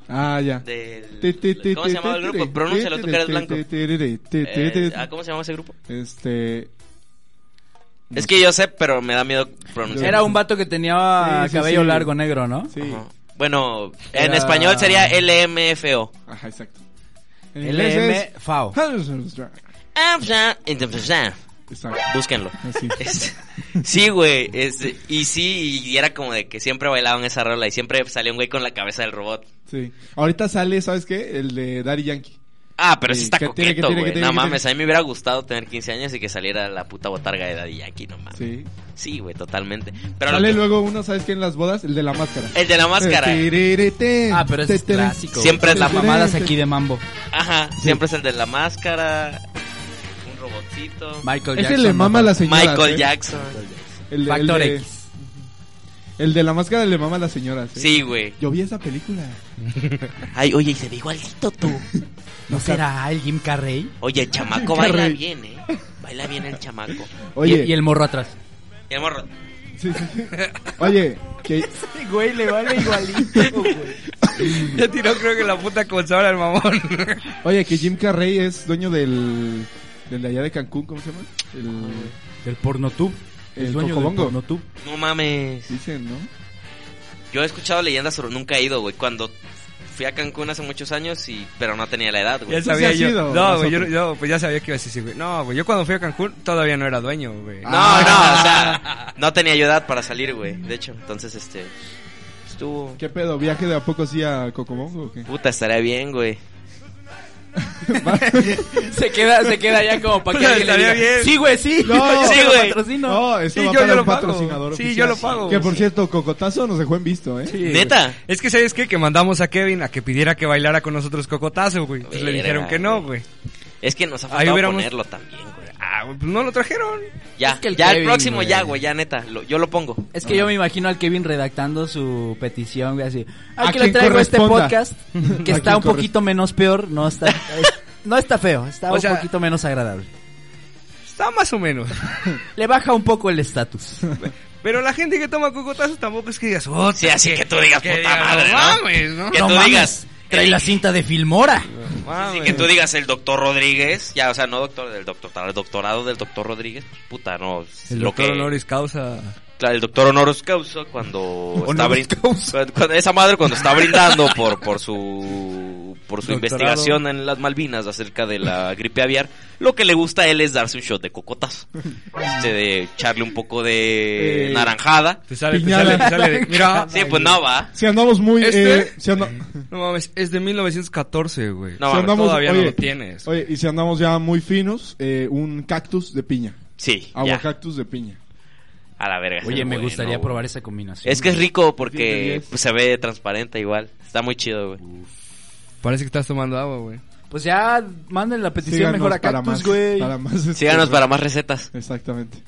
[SPEAKER 3] Ah, ya.
[SPEAKER 2] Del,
[SPEAKER 3] Ti, ti, ti,
[SPEAKER 2] ¿Cómo
[SPEAKER 3] ti,
[SPEAKER 2] se llamaba el
[SPEAKER 3] ti,
[SPEAKER 2] grupo?
[SPEAKER 3] ti,
[SPEAKER 2] Pronúncialo
[SPEAKER 3] ti,
[SPEAKER 2] tú que eres
[SPEAKER 3] ti,
[SPEAKER 2] blanco.
[SPEAKER 3] ti, ti, ti, ti, ti, ti.
[SPEAKER 2] Eh, ah, ¿Cómo se llamaba ese grupo?
[SPEAKER 3] Este.
[SPEAKER 2] Es que yo sé, pero me da miedo pronunciar.
[SPEAKER 5] Era un vato que tenía
[SPEAKER 3] Sí, sí,
[SPEAKER 5] cabello
[SPEAKER 3] sí.
[SPEAKER 5] largo negro, ¿no?
[SPEAKER 3] Sí.
[SPEAKER 2] Ajá. Bueno, en
[SPEAKER 5] Era-
[SPEAKER 2] español sería LMFO.
[SPEAKER 3] Ajá, exacto. En inglés
[SPEAKER 5] LM
[SPEAKER 3] es-
[SPEAKER 5] FAO.
[SPEAKER 2] Ah, pues
[SPEAKER 3] Exacto.
[SPEAKER 2] Búsquenlo.
[SPEAKER 3] Así.
[SPEAKER 2] Este, Sí, güey. este, y sí, y era como de que siempre bailaban esa rola y siempre salía un güey con la cabeza del robot.
[SPEAKER 3] Sí. Ahorita sale, ¿sabes qué? El de Daddy Yankee.
[SPEAKER 2] Ah, pero sí
[SPEAKER 3] Sí,
[SPEAKER 2] está
[SPEAKER 3] que tiene, que
[SPEAKER 2] coqueto,
[SPEAKER 3] tiene, que
[SPEAKER 2] güey.
[SPEAKER 3] tiene,
[SPEAKER 2] No
[SPEAKER 3] que
[SPEAKER 2] mames, a mí me hubiera gustado tener 15 años y que saliera la puta botarga de Daddy Yankee, no mames.
[SPEAKER 3] Sí.
[SPEAKER 2] Sí, güey, totalmente. Pero lo
[SPEAKER 3] sale
[SPEAKER 2] que-
[SPEAKER 3] luego uno, ¿sabes qué? En las bodas, el de la máscara.
[SPEAKER 2] el de la máscara.
[SPEAKER 3] Ah,
[SPEAKER 5] Ah, pero ese es clásico. güey.
[SPEAKER 2] Siempre es la-
[SPEAKER 5] Las mamadas aquí de mambo.
[SPEAKER 2] Ajá, siempre es el de la máscara. Un robotcito.
[SPEAKER 5] Michael Jackson.
[SPEAKER 3] Ese le mama a las señoras.
[SPEAKER 2] Michael
[SPEAKER 3] ¿eh?
[SPEAKER 2] Jackson.
[SPEAKER 3] El, de- el
[SPEAKER 5] Factor
[SPEAKER 3] de,
[SPEAKER 5] X.
[SPEAKER 3] el de la máscara le mama a las señoras. ¿eh?
[SPEAKER 2] Sí, güey.
[SPEAKER 3] Yo vi esa película.
[SPEAKER 2] Ay, oye, y se ve igualito tú.
[SPEAKER 5] ¿No será el Jim Carrey?
[SPEAKER 2] Oye, el chamaco
[SPEAKER 3] Qué
[SPEAKER 2] baila
[SPEAKER 3] rey.
[SPEAKER 2] bien, eh. Baila bien el chamaco.
[SPEAKER 3] Oye.
[SPEAKER 5] Y, y el morro atrás.
[SPEAKER 2] Y el morro.
[SPEAKER 3] Sí, sí, sí.
[SPEAKER 5] [LAUGHS]
[SPEAKER 3] Oye, que...
[SPEAKER 5] güey le vale igualito, güey.
[SPEAKER 4] [LAUGHS] Ya tiró creo que la puta consola al mamón.
[SPEAKER 3] Oye, que Jim Carrey es dueño del... Del de allá de Cancún, ¿cómo se llama? El...
[SPEAKER 5] Del pornotub.
[SPEAKER 3] El
[SPEAKER 5] El dueño del
[SPEAKER 3] cocobongo.
[SPEAKER 5] pornotub.
[SPEAKER 2] No mames.
[SPEAKER 3] Dicen, ¿no?
[SPEAKER 2] Yo he escuchado leyendas, pero nunca he ido, güey. Cuando fui a Cancún hace muchos años, y pero no tenía la edad, güey.
[SPEAKER 4] Ya
[SPEAKER 3] Tú sí
[SPEAKER 4] sabía
[SPEAKER 3] has
[SPEAKER 4] yo.
[SPEAKER 3] ido,
[SPEAKER 4] no, güey, yo,
[SPEAKER 3] nosotros.
[SPEAKER 4] yo, pues ya sabía que ibas a decir, güey. No, güey, yo cuando fui a Cancún todavía no era dueño, güey.
[SPEAKER 2] No, no, o sea, no tenía yo edad para salir, güey. De hecho, entonces, este, estuvo...
[SPEAKER 3] ¿Qué pedo? ¿Viaje de a poco así a Cocobongo o qué?
[SPEAKER 4] [LAUGHS]
[SPEAKER 2] Puta, estaría bien, güey.
[SPEAKER 5] [LAUGHS] Se queda, se queda ya como para que
[SPEAKER 4] Pues,
[SPEAKER 5] alguien le
[SPEAKER 4] estaría
[SPEAKER 5] diga,
[SPEAKER 4] bien.
[SPEAKER 5] Sí, güey, [LAUGHS] sí.
[SPEAKER 3] No,
[SPEAKER 5] Yo
[SPEAKER 2] sí,
[SPEAKER 5] lo
[SPEAKER 2] güey.
[SPEAKER 5] patrocino.
[SPEAKER 3] No, esto
[SPEAKER 4] Sí,
[SPEAKER 3] va
[SPEAKER 4] yo-
[SPEAKER 3] para
[SPEAKER 4] yo lo
[SPEAKER 3] un
[SPEAKER 4] pago.
[SPEAKER 3] patrocinador
[SPEAKER 4] Sí,
[SPEAKER 3] oficial.
[SPEAKER 4] yo lo pago.
[SPEAKER 3] Que por cierto, Cocotazo nos dejó en visto, ¿eh?
[SPEAKER 4] Sí, güey.
[SPEAKER 2] ¿Neta?
[SPEAKER 4] Es que sabes qué? que mandamos a Kevin a que pidiera que bailara con nosotros cocotazo, güey. Pues le
[SPEAKER 2] Verga,
[SPEAKER 4] dijeron que no,
[SPEAKER 2] güey.
[SPEAKER 4] güey.
[SPEAKER 2] Es que nos ha
[SPEAKER 4] Ahí
[SPEAKER 2] faltado
[SPEAKER 4] hubiéramos-
[SPEAKER 2] ponerlo también, güey.
[SPEAKER 4] Ah, güey, pues no lo trajeron.
[SPEAKER 2] Ya,
[SPEAKER 5] Es que el
[SPEAKER 2] ya el
[SPEAKER 5] Kevin,
[SPEAKER 2] próximo
[SPEAKER 5] güey.
[SPEAKER 2] ya, güey, ya neta. Lo- yo lo pongo.
[SPEAKER 5] Es que yo me imagino al Kevin redactando su petición, güey, así.
[SPEAKER 3] ¿A
[SPEAKER 5] Aquí
[SPEAKER 3] quien
[SPEAKER 5] le traigo este
[SPEAKER 3] corresponda?
[SPEAKER 2] [LAUGHS]
[SPEAKER 5] podcast que
[SPEAKER 3] ¿A
[SPEAKER 5] está
[SPEAKER 3] quien
[SPEAKER 5] un poquito menos peor, no está, es- no está feo, está
[SPEAKER 4] O sea-
[SPEAKER 5] un poquito menos agradable.
[SPEAKER 4] Está más o menos.
[SPEAKER 5] Le baja un poco el estatus.
[SPEAKER 4] Pero la gente que toma cocotazo tampoco es que digas, oh,
[SPEAKER 2] Sí, así que tú digas, puta
[SPEAKER 4] diga,
[SPEAKER 2] madre, ¿no?
[SPEAKER 4] mames, ¿no?
[SPEAKER 2] [LAUGHS] Que
[SPEAKER 5] No
[SPEAKER 2] tú
[SPEAKER 5] mames,
[SPEAKER 2] digas...
[SPEAKER 5] Trae la cinta de Filmora.
[SPEAKER 2] Sí,
[SPEAKER 4] mames.
[SPEAKER 2] que tú digas el doctor Rodríguez, ya, o sea, no doctor, del doctor, el doctorado del doctor Rodríguez, puta, no, es
[SPEAKER 4] El
[SPEAKER 2] lo
[SPEAKER 4] doctor
[SPEAKER 2] que,
[SPEAKER 4] honoris causa.
[SPEAKER 2] Claro, el doctor honoris causa cuando está
[SPEAKER 4] Honoris
[SPEAKER 2] brin- cuando- cuando- esa madre cuando está brindando por por su por su
[SPEAKER 4] Doctorado.
[SPEAKER 2] investigación en las Malvinas acerca de la gripe aviar, lo que le gusta a él es darse un shot de cocotazo, este, de echarle un poco de
[SPEAKER 3] Eh,
[SPEAKER 2] naranjada.
[SPEAKER 4] Te sale, te
[SPEAKER 3] Piñada.
[SPEAKER 4] sale, te sale. de- Mira.
[SPEAKER 2] Sí, pues no va.
[SPEAKER 3] Si andamos muy...
[SPEAKER 4] ¿Este?
[SPEAKER 3] eh, si anda-
[SPEAKER 4] No mames, es de 1914, güey.
[SPEAKER 2] No
[SPEAKER 3] si
[SPEAKER 2] mames,
[SPEAKER 3] andamos,
[SPEAKER 4] todavía no lo tienes.
[SPEAKER 3] Oye, y si andamos ya muy finos, eh, un cactus de piña.
[SPEAKER 2] Sí, ya,
[SPEAKER 3] Aguacactus de piña.
[SPEAKER 2] a la verga.
[SPEAKER 5] Oye, me
[SPEAKER 2] Bueno,
[SPEAKER 5] gustaría
[SPEAKER 2] güey.
[SPEAKER 5] probar esa combinación.
[SPEAKER 2] Es que es rico
[SPEAKER 3] Diez de
[SPEAKER 2] porque
[SPEAKER 3] diez.
[SPEAKER 2] pues, se ve transparente igual. Está muy chido, güey.
[SPEAKER 4] Parece que estás tomando agua, güey.
[SPEAKER 5] Pues ya manden la petición mejor a
[SPEAKER 3] para
[SPEAKER 5] Cactus,
[SPEAKER 3] más-
[SPEAKER 5] güey.
[SPEAKER 3] Para más este-
[SPEAKER 2] Síganos para más recetas.
[SPEAKER 3] Exactamente.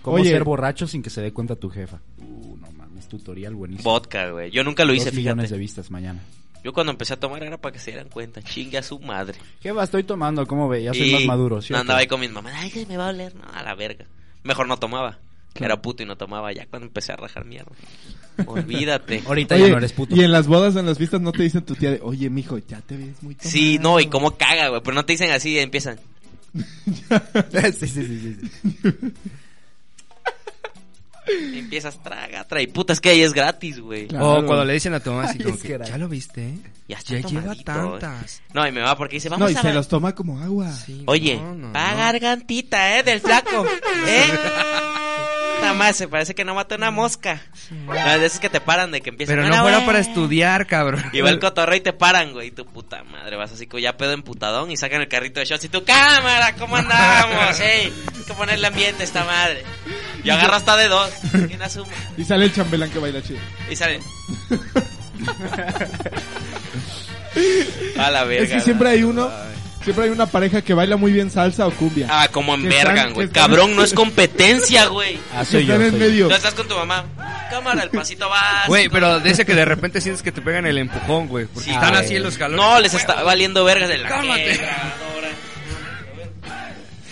[SPEAKER 5] Cómo
[SPEAKER 3] Oye.
[SPEAKER 5] ser borracho sin que se dé cuenta tu jefa. Uh, no mames, tutorial buenísimo.
[SPEAKER 2] Vodka, güey. Yo nunca lo hice,
[SPEAKER 5] Dos millones
[SPEAKER 2] fíjate.
[SPEAKER 5] de vistas mañana.
[SPEAKER 2] Yo cuando empecé a tomar era para que se dieran cuenta. Chingue a su madre.
[SPEAKER 5] Jefa, estoy tomando, ¿cómo ve? Ya soy
[SPEAKER 2] Y
[SPEAKER 5] más maduro, ¿sí?
[SPEAKER 2] No andaba ahí con mis mamás. Ay, que me va a oler. No, a la verga. Mejor no tomaba. que era puto y no tomaba. Ya cuando empecé a rajar mierda. Olvídate.
[SPEAKER 5] Ahorita
[SPEAKER 3] Oye,
[SPEAKER 5] ya no eres puto.
[SPEAKER 3] Y en las bodas, en las fiestas, no te dicen tu tía de, oye, mijo, ya te ves muy tomado".
[SPEAKER 2] Sí, no, y cómo caga, güey. Pero no te dicen así, empiezan.
[SPEAKER 5] [LAUGHS] sí, sí, sí, sí, sí.
[SPEAKER 2] Empiezas traga, traga. Y puta, es que ahí es gratis, güey.
[SPEAKER 3] Claro.
[SPEAKER 4] O cuando le dicen a Tomás, y
[SPEAKER 5] Ay,
[SPEAKER 4] como
[SPEAKER 5] es
[SPEAKER 4] que,
[SPEAKER 5] que era-
[SPEAKER 4] ya lo viste, ¿eh?
[SPEAKER 2] Ya
[SPEAKER 4] Ya,
[SPEAKER 2] está
[SPEAKER 4] lleva
[SPEAKER 2] tomadito,
[SPEAKER 4] tantas.
[SPEAKER 2] No, y me va porque dice,
[SPEAKER 3] No,
[SPEAKER 2] vamos
[SPEAKER 3] y
[SPEAKER 2] a...
[SPEAKER 3] se
[SPEAKER 2] ver-
[SPEAKER 3] los toma como agua.
[SPEAKER 4] Sí,
[SPEAKER 2] Oye,
[SPEAKER 4] no, no,
[SPEAKER 2] pa'
[SPEAKER 4] no.
[SPEAKER 2] gargantita, ¿eh? Del flaco, ¿eh? Nada más, se parece que no mató una mosca. No, de esas que te paran de que empiezan
[SPEAKER 4] Pero
[SPEAKER 2] "Hola,
[SPEAKER 4] no fuera
[SPEAKER 2] güey".
[SPEAKER 4] para estudiar, cabrón.
[SPEAKER 2] Y va el cotorreo y te paran, güey. Y tu puta madre, vas así como ya pedo emputadón y sacan el carrito de shots y tu cámara, ¿cómo andamos? ¡Ey! Hay que ponerle ambiente a esta madre. Y agarra hasta de dos. ¿Quién asuma?
[SPEAKER 3] Y sale el chambelán que baila chido.
[SPEAKER 2] Y sale. A la verga.
[SPEAKER 3] Es que siempre hay uno, siempre hay una pareja que baila muy bien salsa o cumbia.
[SPEAKER 2] Ah, como
[SPEAKER 3] Que están-
[SPEAKER 2] envergan, güey.
[SPEAKER 3] que están-
[SPEAKER 2] Cabrón, no es competencia, güey.
[SPEAKER 5] Ah,
[SPEAKER 3] que
[SPEAKER 5] soy yo.
[SPEAKER 3] están en
[SPEAKER 5] soy
[SPEAKER 3] medio.
[SPEAKER 2] No estás con tu mamá. Cámara, el pasito va.
[SPEAKER 4] Güey, pero de ese que de repente sientes que te pegan el empujón, güey. Porque
[SPEAKER 2] Sí,
[SPEAKER 4] están
[SPEAKER 5] güey.
[SPEAKER 4] así en los galones.
[SPEAKER 2] No, les está valiendo verga de la
[SPEAKER 4] Cálmate.
[SPEAKER 2] quebradora.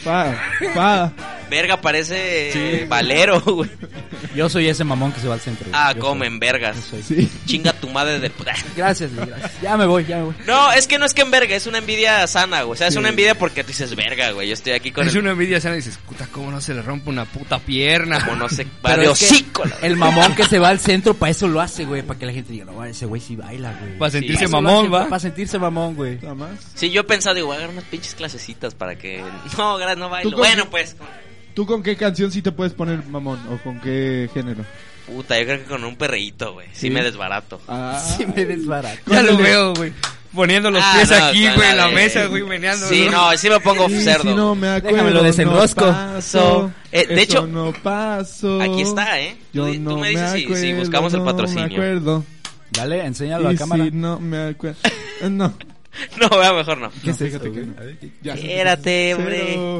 [SPEAKER 3] Pa, pa.
[SPEAKER 2] Verga parece eh, valero,
[SPEAKER 4] [LAUGHS]
[SPEAKER 2] güey.
[SPEAKER 5] yo. Yo soy ese mamón que se va al centro.
[SPEAKER 2] Ah,
[SPEAKER 5] Yo soy-
[SPEAKER 2] comen vergas.
[SPEAKER 5] yo soy.
[SPEAKER 3] Sí.
[SPEAKER 2] Chinga tu madre de puta.
[SPEAKER 5] Gracias, Luis, gracias. Ya me voy, ya me voy.
[SPEAKER 2] [LAUGHS] No, es que no es que enverga, es una envidia sana, güey. O sea, es
[SPEAKER 3] Sí.
[SPEAKER 2] una envidia porque tú dices, verga, güey, yo estoy aquí con
[SPEAKER 4] Es
[SPEAKER 2] el...
[SPEAKER 4] una envidia sana y dices, puta, ¿cómo no se le rompe una puta pierna?
[SPEAKER 2] [LAUGHS] Como no sé, va
[SPEAKER 5] Pero
[SPEAKER 2] de
[SPEAKER 5] es que
[SPEAKER 2] hocico. la- [LAUGHS]
[SPEAKER 5] El mamón que se va al centro, para eso lo hace, güey. Para que la gente diga, no, ese güey sí baila, güey.
[SPEAKER 4] Para sentirse
[SPEAKER 2] eso
[SPEAKER 4] mamón, ¿va?
[SPEAKER 5] Para sentirse mamón, güey.
[SPEAKER 3] Nada más.
[SPEAKER 2] Sí, yo he pensado, digo, voy a agarrar unas pinches clasecitas para que... [LAUGHS] No, gracias, no bailo.
[SPEAKER 3] ¿Tú con-
[SPEAKER 2] Bueno, pues... con-
[SPEAKER 3] ¿Tú con qué canción sí te puedes poner mamón o con qué género?
[SPEAKER 2] Puta, yo creo que con un perreíto, güey. Sí,
[SPEAKER 3] Sí.
[SPEAKER 2] me desbarato.
[SPEAKER 3] Ah,
[SPEAKER 5] Sí me desbarato.
[SPEAKER 4] [LAUGHS] Ya lo
[SPEAKER 3] Ándale.
[SPEAKER 4] veo, güey. Poniendo los
[SPEAKER 2] Ah,
[SPEAKER 4] pies
[SPEAKER 2] no,
[SPEAKER 4] aquí,
[SPEAKER 2] con
[SPEAKER 4] güey, en la
[SPEAKER 2] de-
[SPEAKER 4] mesa, güey, meneando.
[SPEAKER 2] Sí, no, sí me pongo
[SPEAKER 3] Sí,
[SPEAKER 2] cerdo.
[SPEAKER 3] sí, no me acuerdo.
[SPEAKER 5] Déjamelo
[SPEAKER 3] no
[SPEAKER 5] desenrosco.
[SPEAKER 3] paso,
[SPEAKER 2] Eh, de
[SPEAKER 3] eso
[SPEAKER 2] hecho-
[SPEAKER 3] no paso.
[SPEAKER 2] Aquí está, ¿eh? Tú
[SPEAKER 3] Yo
[SPEAKER 2] di- tú
[SPEAKER 3] no
[SPEAKER 2] me dices
[SPEAKER 3] me
[SPEAKER 2] si- si
[SPEAKER 3] acuerdo,
[SPEAKER 2] buscamos el
[SPEAKER 3] No me
[SPEAKER 2] patrocinio.
[SPEAKER 3] acuerdo.
[SPEAKER 5] Dale, enséñalo a
[SPEAKER 3] y
[SPEAKER 5] cámara.
[SPEAKER 3] si no me acuerdo. Eh, No.
[SPEAKER 2] [LAUGHS] No, vea, mejor no.
[SPEAKER 5] ¿Qué es
[SPEAKER 3] fíjate
[SPEAKER 5] esto,
[SPEAKER 3] que
[SPEAKER 5] güey?
[SPEAKER 3] no.
[SPEAKER 5] A ver, ¿qué-
[SPEAKER 3] Ya,
[SPEAKER 2] Espérate,
[SPEAKER 3] Pero,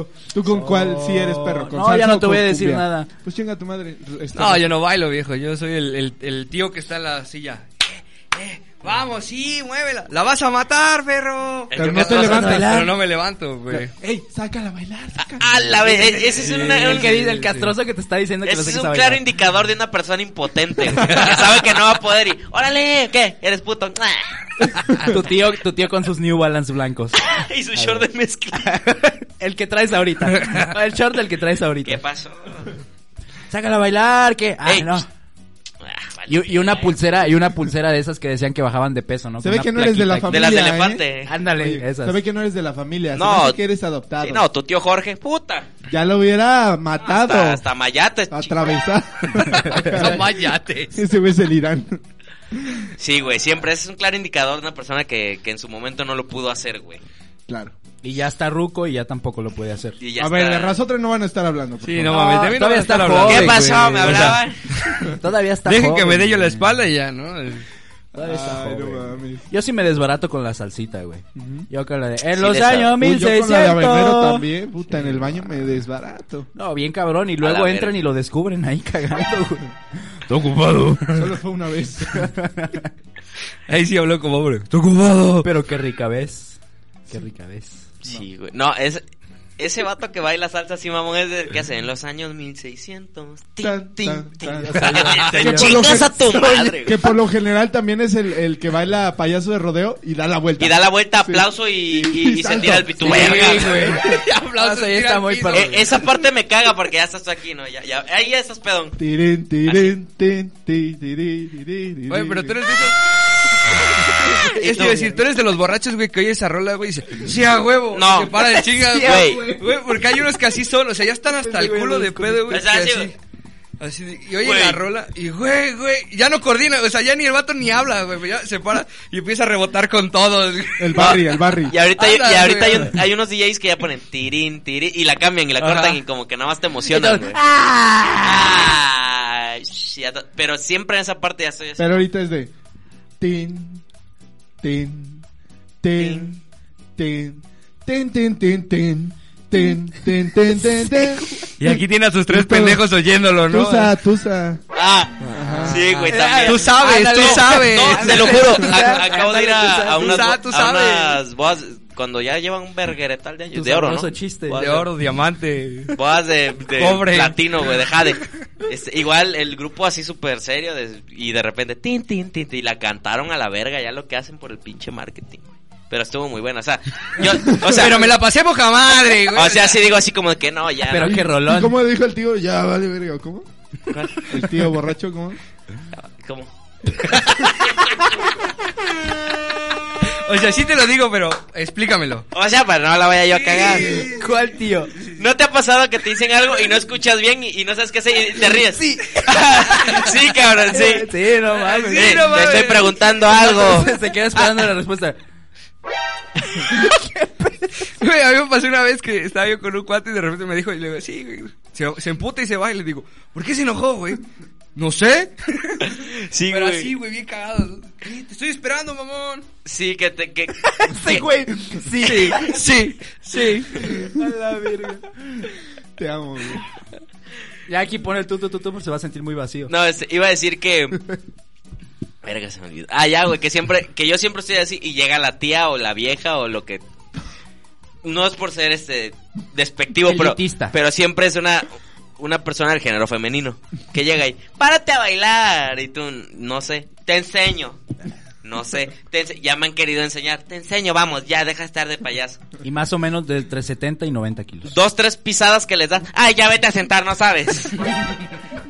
[SPEAKER 2] hombre.
[SPEAKER 3] ¿Tú con cuál sí eres perro? ¿Con
[SPEAKER 5] No,
[SPEAKER 3] salsa
[SPEAKER 5] ya
[SPEAKER 3] o
[SPEAKER 5] no te
[SPEAKER 3] con
[SPEAKER 5] voy a decir
[SPEAKER 3] cumbia?
[SPEAKER 5] nada.
[SPEAKER 3] Pues chinga tu madre. Está
[SPEAKER 4] No,
[SPEAKER 3] bien.
[SPEAKER 4] yo no bailo, viejo. Yo soy el, el, el tío que está en la silla. Eh, eh, vamos, sí, muévela. La vas a matar, perro.
[SPEAKER 2] El
[SPEAKER 3] Pero
[SPEAKER 2] que
[SPEAKER 3] no te
[SPEAKER 2] más-
[SPEAKER 3] levantas.
[SPEAKER 4] Pero no me levanto, [LAUGHS] güey.
[SPEAKER 3] Ey, sácala a bailar. sácala.
[SPEAKER 2] A la vez, e- ese es, una-
[SPEAKER 5] eh, El
[SPEAKER 2] un-
[SPEAKER 5] que dice, el castroso que te está diciendo que
[SPEAKER 2] ese
[SPEAKER 5] no sé
[SPEAKER 2] es
[SPEAKER 5] qué
[SPEAKER 2] un
[SPEAKER 5] sabe
[SPEAKER 2] claro
[SPEAKER 5] bailar.
[SPEAKER 2] indicador de una persona impotente, güey, que sabe que no va a poder y, órale, ¿qué? ¿Eres puto? [LAUGHS]
[SPEAKER 5] [LAUGHS] tu tío, tu tío con sus New
[SPEAKER 2] [LAUGHS]
[SPEAKER 5] Balance blancos.
[SPEAKER 2] y su short de mezcla.
[SPEAKER 5] El que
[SPEAKER 2] [LAUGHS]
[SPEAKER 5] traes ahorita. El short del que traes
[SPEAKER 2] ¿Qué
[SPEAKER 5] ahorita.
[SPEAKER 2] pasó?
[SPEAKER 5] Sácala a bailar, que. Ah,
[SPEAKER 2] Ey.
[SPEAKER 5] no.
[SPEAKER 2] Ah, vale.
[SPEAKER 5] Y, y una pulsera, y una pulsera de esas que decían que bajaban de peso, ¿no?
[SPEAKER 3] Se
[SPEAKER 5] Con
[SPEAKER 3] ve
[SPEAKER 5] una
[SPEAKER 3] que no eres de la
[SPEAKER 5] plaquita
[SPEAKER 2] De
[SPEAKER 5] aquí.
[SPEAKER 2] las de
[SPEAKER 3] Mira, ¿eh?
[SPEAKER 2] elefante.
[SPEAKER 5] Ándale,
[SPEAKER 3] Oye,
[SPEAKER 5] esas.
[SPEAKER 3] Sabe que no eres de la familia.
[SPEAKER 2] No.
[SPEAKER 3] No. que eres adoptado.
[SPEAKER 2] Sí, no, tu tío Jorge, puta.
[SPEAKER 3] Ya lo hubiera matado.
[SPEAKER 2] Hasta, hasta Mayate.
[SPEAKER 3] Atravesado. [LAUGHS]
[SPEAKER 4] No mayates.
[SPEAKER 3] Ese güey es el Irán.
[SPEAKER 2] Sí, güey, siempre. Ese es un claro indicador de una persona que, que en su momento no lo pudo hacer, güey.
[SPEAKER 3] Claro.
[SPEAKER 5] Y ya está ruco y ya tampoco lo puede hacer.
[SPEAKER 2] Y ya
[SPEAKER 3] a ver,
[SPEAKER 2] está.
[SPEAKER 3] de Razotre no van a estar hablando. por
[SPEAKER 4] Sí,
[SPEAKER 3] favor.
[SPEAKER 4] no
[SPEAKER 5] No,
[SPEAKER 4] mames. de mí no
[SPEAKER 5] todavía
[SPEAKER 4] van a estar
[SPEAKER 5] está
[SPEAKER 4] hablando.
[SPEAKER 5] joven,
[SPEAKER 2] ¿Qué pasó?
[SPEAKER 5] güey,
[SPEAKER 2] ¿Me
[SPEAKER 5] o sea,
[SPEAKER 2] hablaban?
[SPEAKER 5] Todavía está
[SPEAKER 4] Dejen que
[SPEAKER 5] joven,
[SPEAKER 4] me dé yo la
[SPEAKER 5] güey.
[SPEAKER 4] espalda y ya, ¿no?
[SPEAKER 5] Todavía está
[SPEAKER 3] Ay, no
[SPEAKER 5] joven.
[SPEAKER 3] mames.
[SPEAKER 5] Yo sí me desbarato con la salsita, güey. Yo con la de... En
[SPEAKER 2] Sí,
[SPEAKER 5] los
[SPEAKER 2] de esa-
[SPEAKER 5] años
[SPEAKER 3] Uy, yo con la de habanero
[SPEAKER 5] 1600.
[SPEAKER 3] también, puta, en el baño me desbarato.
[SPEAKER 5] No, bien cabrón. Y
[SPEAKER 2] A
[SPEAKER 5] luego
[SPEAKER 2] la
[SPEAKER 5] entran
[SPEAKER 2] verga.
[SPEAKER 5] y lo descubren ahí cagando, güey.
[SPEAKER 4] Estoy ocupado.
[SPEAKER 3] Solo fue una
[SPEAKER 5] [LAUGHS]
[SPEAKER 3] vez.
[SPEAKER 4] Ahí sí habló como hombre. Estoy ocupado.
[SPEAKER 5] Pero qué rica ves. Qué rica ves.
[SPEAKER 2] Sí, güey. No, es, ese vato que baila salsa así, mamón, es del que hace en los años 1600. Tin,
[SPEAKER 3] Tan,
[SPEAKER 2] tin,
[SPEAKER 3] tan,
[SPEAKER 2] tin.
[SPEAKER 3] tan.
[SPEAKER 2] Te
[SPEAKER 3] Que por lo
[SPEAKER 2] chingas a tu
[SPEAKER 3] gen-
[SPEAKER 2] madre,
[SPEAKER 3] Que
[SPEAKER 2] güey.
[SPEAKER 3] por lo general también es el, el que baila payaso de rodeo y da la vuelta.
[SPEAKER 2] Y da la vuelta, aplauso y, y, y se
[SPEAKER 3] salto.
[SPEAKER 2] tira el pitu.
[SPEAKER 5] Sí,
[SPEAKER 2] Verga.
[SPEAKER 5] güey.
[SPEAKER 4] [LAUGHS] Aplausos,
[SPEAKER 5] O sea, ya
[SPEAKER 4] tira
[SPEAKER 5] está
[SPEAKER 4] al
[SPEAKER 5] muy
[SPEAKER 4] piso.
[SPEAKER 5] perro.
[SPEAKER 2] Eh, esa parte me caga porque ya estás tú aquí, ¿no? Ya, ya, ahí ya estás pedón.
[SPEAKER 3] Tirin, tirin, tin, tin, tirin, tirin, tirin.
[SPEAKER 4] Oye, pero tú eres de
[SPEAKER 2] [LAUGHS]
[SPEAKER 4] esos... Es que iba a decir, tú eres de los borrachos, güey, que oye esa rola, güey, y dice, sí, a huevo.
[SPEAKER 2] No.
[SPEAKER 4] Y se para de chingas,
[SPEAKER 2] [LAUGHS] Sí,
[SPEAKER 4] güey.
[SPEAKER 2] güey.
[SPEAKER 4] Güey, porque hay unos que así son, o sea, ya están hasta el culo de pedo, güey.
[SPEAKER 2] O sea,
[SPEAKER 4] que
[SPEAKER 2] así,
[SPEAKER 4] así,
[SPEAKER 2] güey.
[SPEAKER 4] así de- y oye
[SPEAKER 2] Güey.
[SPEAKER 4] la rola, y güey, güey, ya no coordina, o sea, ya ni el vato ni habla, güey, ya se para y empieza a rebotar con todos. güey.
[SPEAKER 3] El barri, el barri.
[SPEAKER 2] Y ahorita, hay-
[SPEAKER 4] Ándale,
[SPEAKER 2] y ahorita hay,
[SPEAKER 4] güey.
[SPEAKER 2] un- hay unos DJs que ya ponen tirín, tirín, y la cambian y la
[SPEAKER 4] Ajá.
[SPEAKER 2] cortan y como que nada más te emocionan, güey. Ay, sí, ya to- Pero siempre en esa parte ya estoy así.
[SPEAKER 3] Pero ahorita es de. Tin, tin, tin, tin, tin, tin, tin, tin. Tin, tin, tin, tin, tin.
[SPEAKER 4] Y aquí tiene a sus tres
[SPEAKER 3] Tú-
[SPEAKER 4] pendejos oyéndolo, ¿no?
[SPEAKER 3] Tusa, tusa.
[SPEAKER 2] Ah, Sí, güey, también.
[SPEAKER 4] Tú sabes,
[SPEAKER 5] Ándale.
[SPEAKER 4] tú sabes.
[SPEAKER 2] No, te
[SPEAKER 4] [LAUGHS]
[SPEAKER 2] lo juro. a- acabo de ir
[SPEAKER 5] Ándale, tú
[SPEAKER 2] a, a
[SPEAKER 5] sabes.
[SPEAKER 2] unas,
[SPEAKER 4] Tú sa- tú
[SPEAKER 2] a
[SPEAKER 4] sabes.
[SPEAKER 2] unas bodas cuando ya llevan un vergueretal de años.
[SPEAKER 5] Tu
[SPEAKER 2] De oro,
[SPEAKER 5] sabroso
[SPEAKER 2] ¿no?
[SPEAKER 5] chiste.
[SPEAKER 2] Bodas
[SPEAKER 4] De oro, diamante.
[SPEAKER 2] Bodas de, de
[SPEAKER 4] Cobre.
[SPEAKER 2] platino, güey, de jade. Este, igual el grupo así súper serio de- y de repente tin, tin, tin, tin, y la cantaron a la verga ya lo que hacen por el pinche marketing, güey. Pero estuvo muy buena, o sea, yo, o sea,
[SPEAKER 4] Pero me la pasé poca madre, güey.
[SPEAKER 2] o sea, sí digo así como de que no, ya.
[SPEAKER 5] Pero
[SPEAKER 2] no.
[SPEAKER 5] qué
[SPEAKER 3] ¿Y
[SPEAKER 5] rolón.
[SPEAKER 3] ¿Cómo dijo el tío? Ya, vale, verga, ¿cómo? El tío borracho, ¿cómo?
[SPEAKER 2] ¿Cómo?
[SPEAKER 4] O sea, sí te lo digo, pero explícamelo.
[SPEAKER 2] O sea, para no la vaya yo a cagar.
[SPEAKER 5] ¿Cuál tío?
[SPEAKER 2] ¿No te ha pasado que te dicen algo y no escuchas bien y, y no sabes qué hacer y te ríes? Sí. [LAUGHS] sí, cabrón, sí.
[SPEAKER 5] Sí, no mames.
[SPEAKER 2] Eh,
[SPEAKER 4] no
[SPEAKER 2] te
[SPEAKER 4] mames.
[SPEAKER 2] estoy preguntando algo.
[SPEAKER 5] [LAUGHS] Se queda esperando la respuesta.
[SPEAKER 4] Güey, a mí me pasó una vez que estaba yo con un cuate y de repente me dijo, y le digo, sí, güey. Se, se emputa y se va y le digo, ¿por qué se enojó, güey? No sé.
[SPEAKER 2] Sí,
[SPEAKER 4] pero
[SPEAKER 2] güey.
[SPEAKER 4] así, güey, bien cagado. ¿no? Sí, Te estoy esperando, mamón.
[SPEAKER 2] Sí, que te... Que...
[SPEAKER 5] Sí, güey. Sí. sí.
[SPEAKER 4] Sí, sí.
[SPEAKER 3] Te amo, güey.
[SPEAKER 5] Ya aquí pone el tu, tu, tu, tu, porque se va a sentir muy vacío.
[SPEAKER 2] [LAUGHS] No, este, iba a decir que... Verga, se me olvidó. Ah, ya, güey, que siempre... Que yo siempre estoy así y llega la tía o la vieja o lo que... No es por ser, este, despectivo, pero...
[SPEAKER 5] Elitista.
[SPEAKER 2] Pero siempre es una... Una persona del género femenino que llega y... ¡Párate a bailar! Y tú, no sé, te enseño. No sé, te ense- ya me han querido enseñar. Te enseño, vamos, ya, deja de estar de payaso.
[SPEAKER 5] Y más o menos de entre 70 y 90 kilos.
[SPEAKER 2] dos, tres pisadas que les das. Ay, ya vete a sentar, no sabes. [LAUGHS]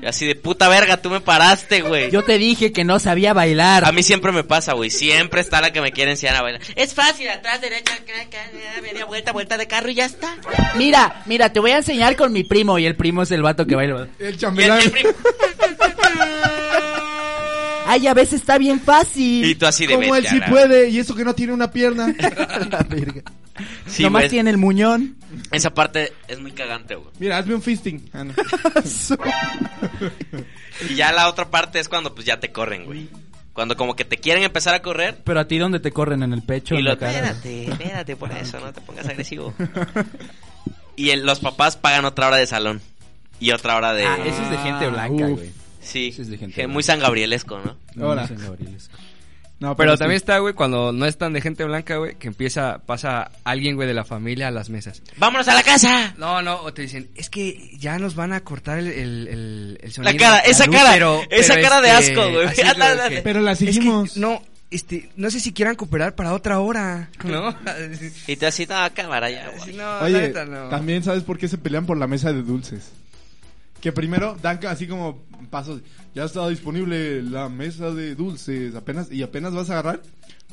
[SPEAKER 2] Y así de puta verga, tú me paraste, güey.
[SPEAKER 5] Yo te dije que no sabía bailar.
[SPEAKER 2] A mí siempre me pasa, güey. Siempre está la que me quiere enseñar a bailar. [LAUGHS] Es fácil, atrás, derecha, acá, acá, media vuelta, vuelta de carro y ya está.
[SPEAKER 5] Mira, mira, te voy a enseñar con mi primo. Y el primo es el vato que baila.
[SPEAKER 2] Y,
[SPEAKER 3] El
[SPEAKER 2] el-
[SPEAKER 3] chambelán.
[SPEAKER 2] y el prim-
[SPEAKER 5] Ay, a veces está bien fácil.
[SPEAKER 2] y tú así de
[SPEAKER 3] Como él
[SPEAKER 2] bestia.
[SPEAKER 3] sí puede, y eso que no tiene una pierna.
[SPEAKER 5] [LAUGHS] La verga.
[SPEAKER 2] Sí,
[SPEAKER 5] Nomás
[SPEAKER 2] güey.
[SPEAKER 5] tiene el muñón.
[SPEAKER 2] Esa parte es muy cagante, güey.
[SPEAKER 3] Mira, hazme un fisting. Ah, no.
[SPEAKER 2] Y ya la otra parte es cuando pues ya te corren, güey. Cuando como que te quieren empezar a correr.
[SPEAKER 5] Pero a ti, ¿dónde te corren? ¿En el pecho?
[SPEAKER 2] Y
[SPEAKER 5] en
[SPEAKER 2] lo,
[SPEAKER 5] la cara?
[SPEAKER 2] espérate, espérate por eso, no te pongas agresivo. Y el- los papás pagan otra hora de salón. Y otra hora de...
[SPEAKER 5] Ah, eso es de gente blanca,
[SPEAKER 3] Uf.
[SPEAKER 5] güey.
[SPEAKER 2] Sí,
[SPEAKER 5] Eso es de gente
[SPEAKER 2] que
[SPEAKER 5] buena.
[SPEAKER 2] muy San Gabrielesco, ¿no?
[SPEAKER 5] No,
[SPEAKER 3] Ahora.
[SPEAKER 5] no son gabrieles.
[SPEAKER 3] No,
[SPEAKER 4] Pero
[SPEAKER 3] sí.
[SPEAKER 4] también está, güey, cuando no es tan de gente blanca, güey, que empieza, pasa alguien, güey, de la familia a las mesas.
[SPEAKER 2] ¡Vámonos a la casa!
[SPEAKER 4] No, no, o te dicen, es que ya nos van a cortar el, el, el, el sonido.
[SPEAKER 2] La cara, esa
[SPEAKER 4] luz, este,
[SPEAKER 2] cara, esa cara de asco, güey.
[SPEAKER 4] así es [LAUGHS] lo
[SPEAKER 2] Ándale,
[SPEAKER 4] que-
[SPEAKER 3] Pero la
[SPEAKER 4] es que
[SPEAKER 3] seguimos.
[SPEAKER 4] no, este, no sé si quieran cooperar para otra hora, [LAUGHS] ¿no?
[SPEAKER 2] Y te así, no, cámara ya,
[SPEAKER 4] Así,
[SPEAKER 2] güey.
[SPEAKER 4] no, la
[SPEAKER 3] Oye,
[SPEAKER 4] neta, no.
[SPEAKER 3] también sabes por qué se pelean por la mesa de dulces. Que primero dan así como pasos. Ya está disponible la mesa de dulces. Apenas, y apenas vas a agarrar.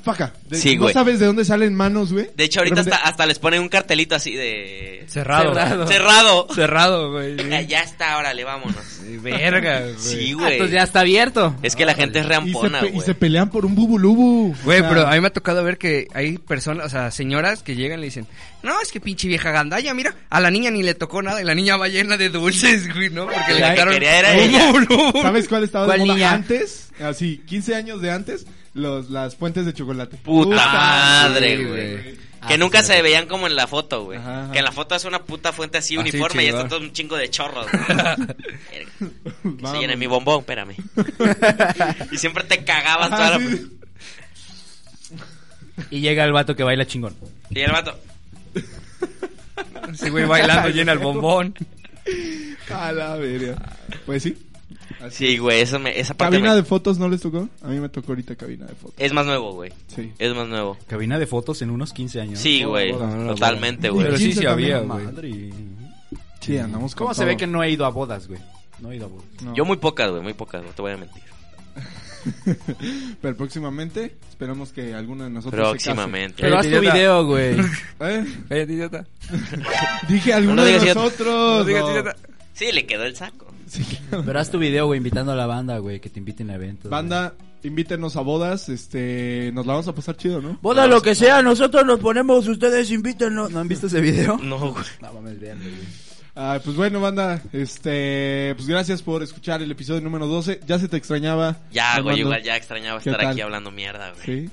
[SPEAKER 3] Faca. De-
[SPEAKER 2] Sí,
[SPEAKER 3] no
[SPEAKER 2] güey.
[SPEAKER 3] sabes de dónde salen manos, güey.
[SPEAKER 2] De hecho, ahorita
[SPEAKER 3] repente-
[SPEAKER 2] hasta, hasta les ponen un cartelito así de...
[SPEAKER 4] Cerrado.
[SPEAKER 5] Cerrado.
[SPEAKER 2] Cerrado.
[SPEAKER 4] Cerrado, [LAUGHS] güey.
[SPEAKER 2] Ah, ya está, órale, vámonos.
[SPEAKER 4] Sí, Verga, güey.
[SPEAKER 2] Sí,
[SPEAKER 5] Ah, entonces
[SPEAKER 2] güey.
[SPEAKER 5] ya está abierto.
[SPEAKER 2] Es que la gente es
[SPEAKER 3] y, se
[SPEAKER 2] reampona,
[SPEAKER 3] pe- y
[SPEAKER 2] güey.
[SPEAKER 3] se pelean por un bubulubu.
[SPEAKER 4] Güey,
[SPEAKER 3] O sea,
[SPEAKER 4] pero a mí me ha tocado ver que hay personas, o sea, señoras que llegan y le dicen, no, es que pinche vieja gandalla, mira, a la niña ni le tocó nada y la niña va llena de dulces, [LAUGHS] güey, ¿no? Porque le
[SPEAKER 2] La que
[SPEAKER 4] quitaron...
[SPEAKER 2] quería era ella.
[SPEAKER 4] [LAUGHS]
[SPEAKER 3] ¿Sabes cuál estaba
[SPEAKER 5] ¿Cuál
[SPEAKER 3] de moda
[SPEAKER 5] niña?
[SPEAKER 3] antes? Así, 15 años de antes. Los, las fuentes de chocolate.
[SPEAKER 2] Puta
[SPEAKER 4] sí,
[SPEAKER 2] madre,
[SPEAKER 4] güey.
[SPEAKER 2] güey.
[SPEAKER 5] Ah,
[SPEAKER 2] Que
[SPEAKER 5] sí,
[SPEAKER 2] nunca
[SPEAKER 5] sí,
[SPEAKER 2] se veían como en la foto, güey.
[SPEAKER 3] Ajá, ajá.
[SPEAKER 2] Que en la foto es una puta fuente
[SPEAKER 4] Así
[SPEAKER 2] así uniforme y está
[SPEAKER 4] chingada.
[SPEAKER 2] todo un chingo de chorros. güey. Verga. Se
[SPEAKER 3] Vamos.
[SPEAKER 2] llena mi bombón, espérame. y siempre te cagabas
[SPEAKER 3] Ajá,
[SPEAKER 2] toda la...
[SPEAKER 3] Ah, sí.
[SPEAKER 5] Y llega el vato que baila chingón.
[SPEAKER 2] Y el vato...
[SPEAKER 4] Sí, güey,
[SPEAKER 5] [LAUGHS]
[SPEAKER 4] bailando llena el bombón.
[SPEAKER 3] A la verga. Pues sí.
[SPEAKER 2] Sí, güey, eso me, esa parte
[SPEAKER 3] Cabina
[SPEAKER 2] me-
[SPEAKER 3] de fotos no les tocó. A mí me tocó ahorita cabina de fotos.
[SPEAKER 2] es más nuevo, güey.
[SPEAKER 3] Sí.
[SPEAKER 2] Es más nuevo.
[SPEAKER 5] Cabina de fotos en unos 15 años.
[SPEAKER 2] Sí, güey,
[SPEAKER 4] no, no, no,
[SPEAKER 2] totalmente, güey.
[SPEAKER 4] Pero sí, sí
[SPEAKER 3] 15
[SPEAKER 4] había,
[SPEAKER 3] también,
[SPEAKER 4] güey.
[SPEAKER 3] Sí, andamos con
[SPEAKER 5] ¿Cómo se
[SPEAKER 3] todo.
[SPEAKER 5] ve que no he ido a bodas, güey? No he ido a bodas.
[SPEAKER 3] No.
[SPEAKER 2] Yo muy pocas, güey, muy pocas, no te voy a mentir.
[SPEAKER 3] [LAUGHS] Pero próximamente esperamos que alguno de nosotros
[SPEAKER 2] Próximamente.
[SPEAKER 5] Pero haz tu
[SPEAKER 4] idiota.
[SPEAKER 5] video, güey.
[SPEAKER 3] se case. ¿Eh?
[SPEAKER 4] Cállate, idiota.
[SPEAKER 3] Dije alguno
[SPEAKER 2] No
[SPEAKER 3] de
[SPEAKER 2] digas idiota.
[SPEAKER 4] No,
[SPEAKER 3] nosotros.
[SPEAKER 4] digas
[SPEAKER 3] No.
[SPEAKER 4] idiota.
[SPEAKER 2] Sí, le quedó el saco.
[SPEAKER 3] Sí.
[SPEAKER 5] [LAUGHS] Pero haz tu video, güey, invitando a la banda, güey, que te inviten a eventos.
[SPEAKER 3] Banda, invítenos a bodas, este, nos la vamos a pasar chido, ¿no?
[SPEAKER 5] Boda lo que sea, nosotros nos ponemos, ustedes invítenos. ¿No han visto ese video?
[SPEAKER 2] No, güey.
[SPEAKER 5] No mames, veanlo, güey. [LAUGHS]
[SPEAKER 3] Ah, pues bueno, banda, este, pues gracias por escuchar el episodio número 12. Ya se te extrañaba.
[SPEAKER 2] Ya, güey,
[SPEAKER 3] Armando.
[SPEAKER 2] igual ya extrañaba
[SPEAKER 3] ¿Qué
[SPEAKER 2] estar
[SPEAKER 3] tal?
[SPEAKER 2] aquí hablando mierda, güey.
[SPEAKER 3] Sí.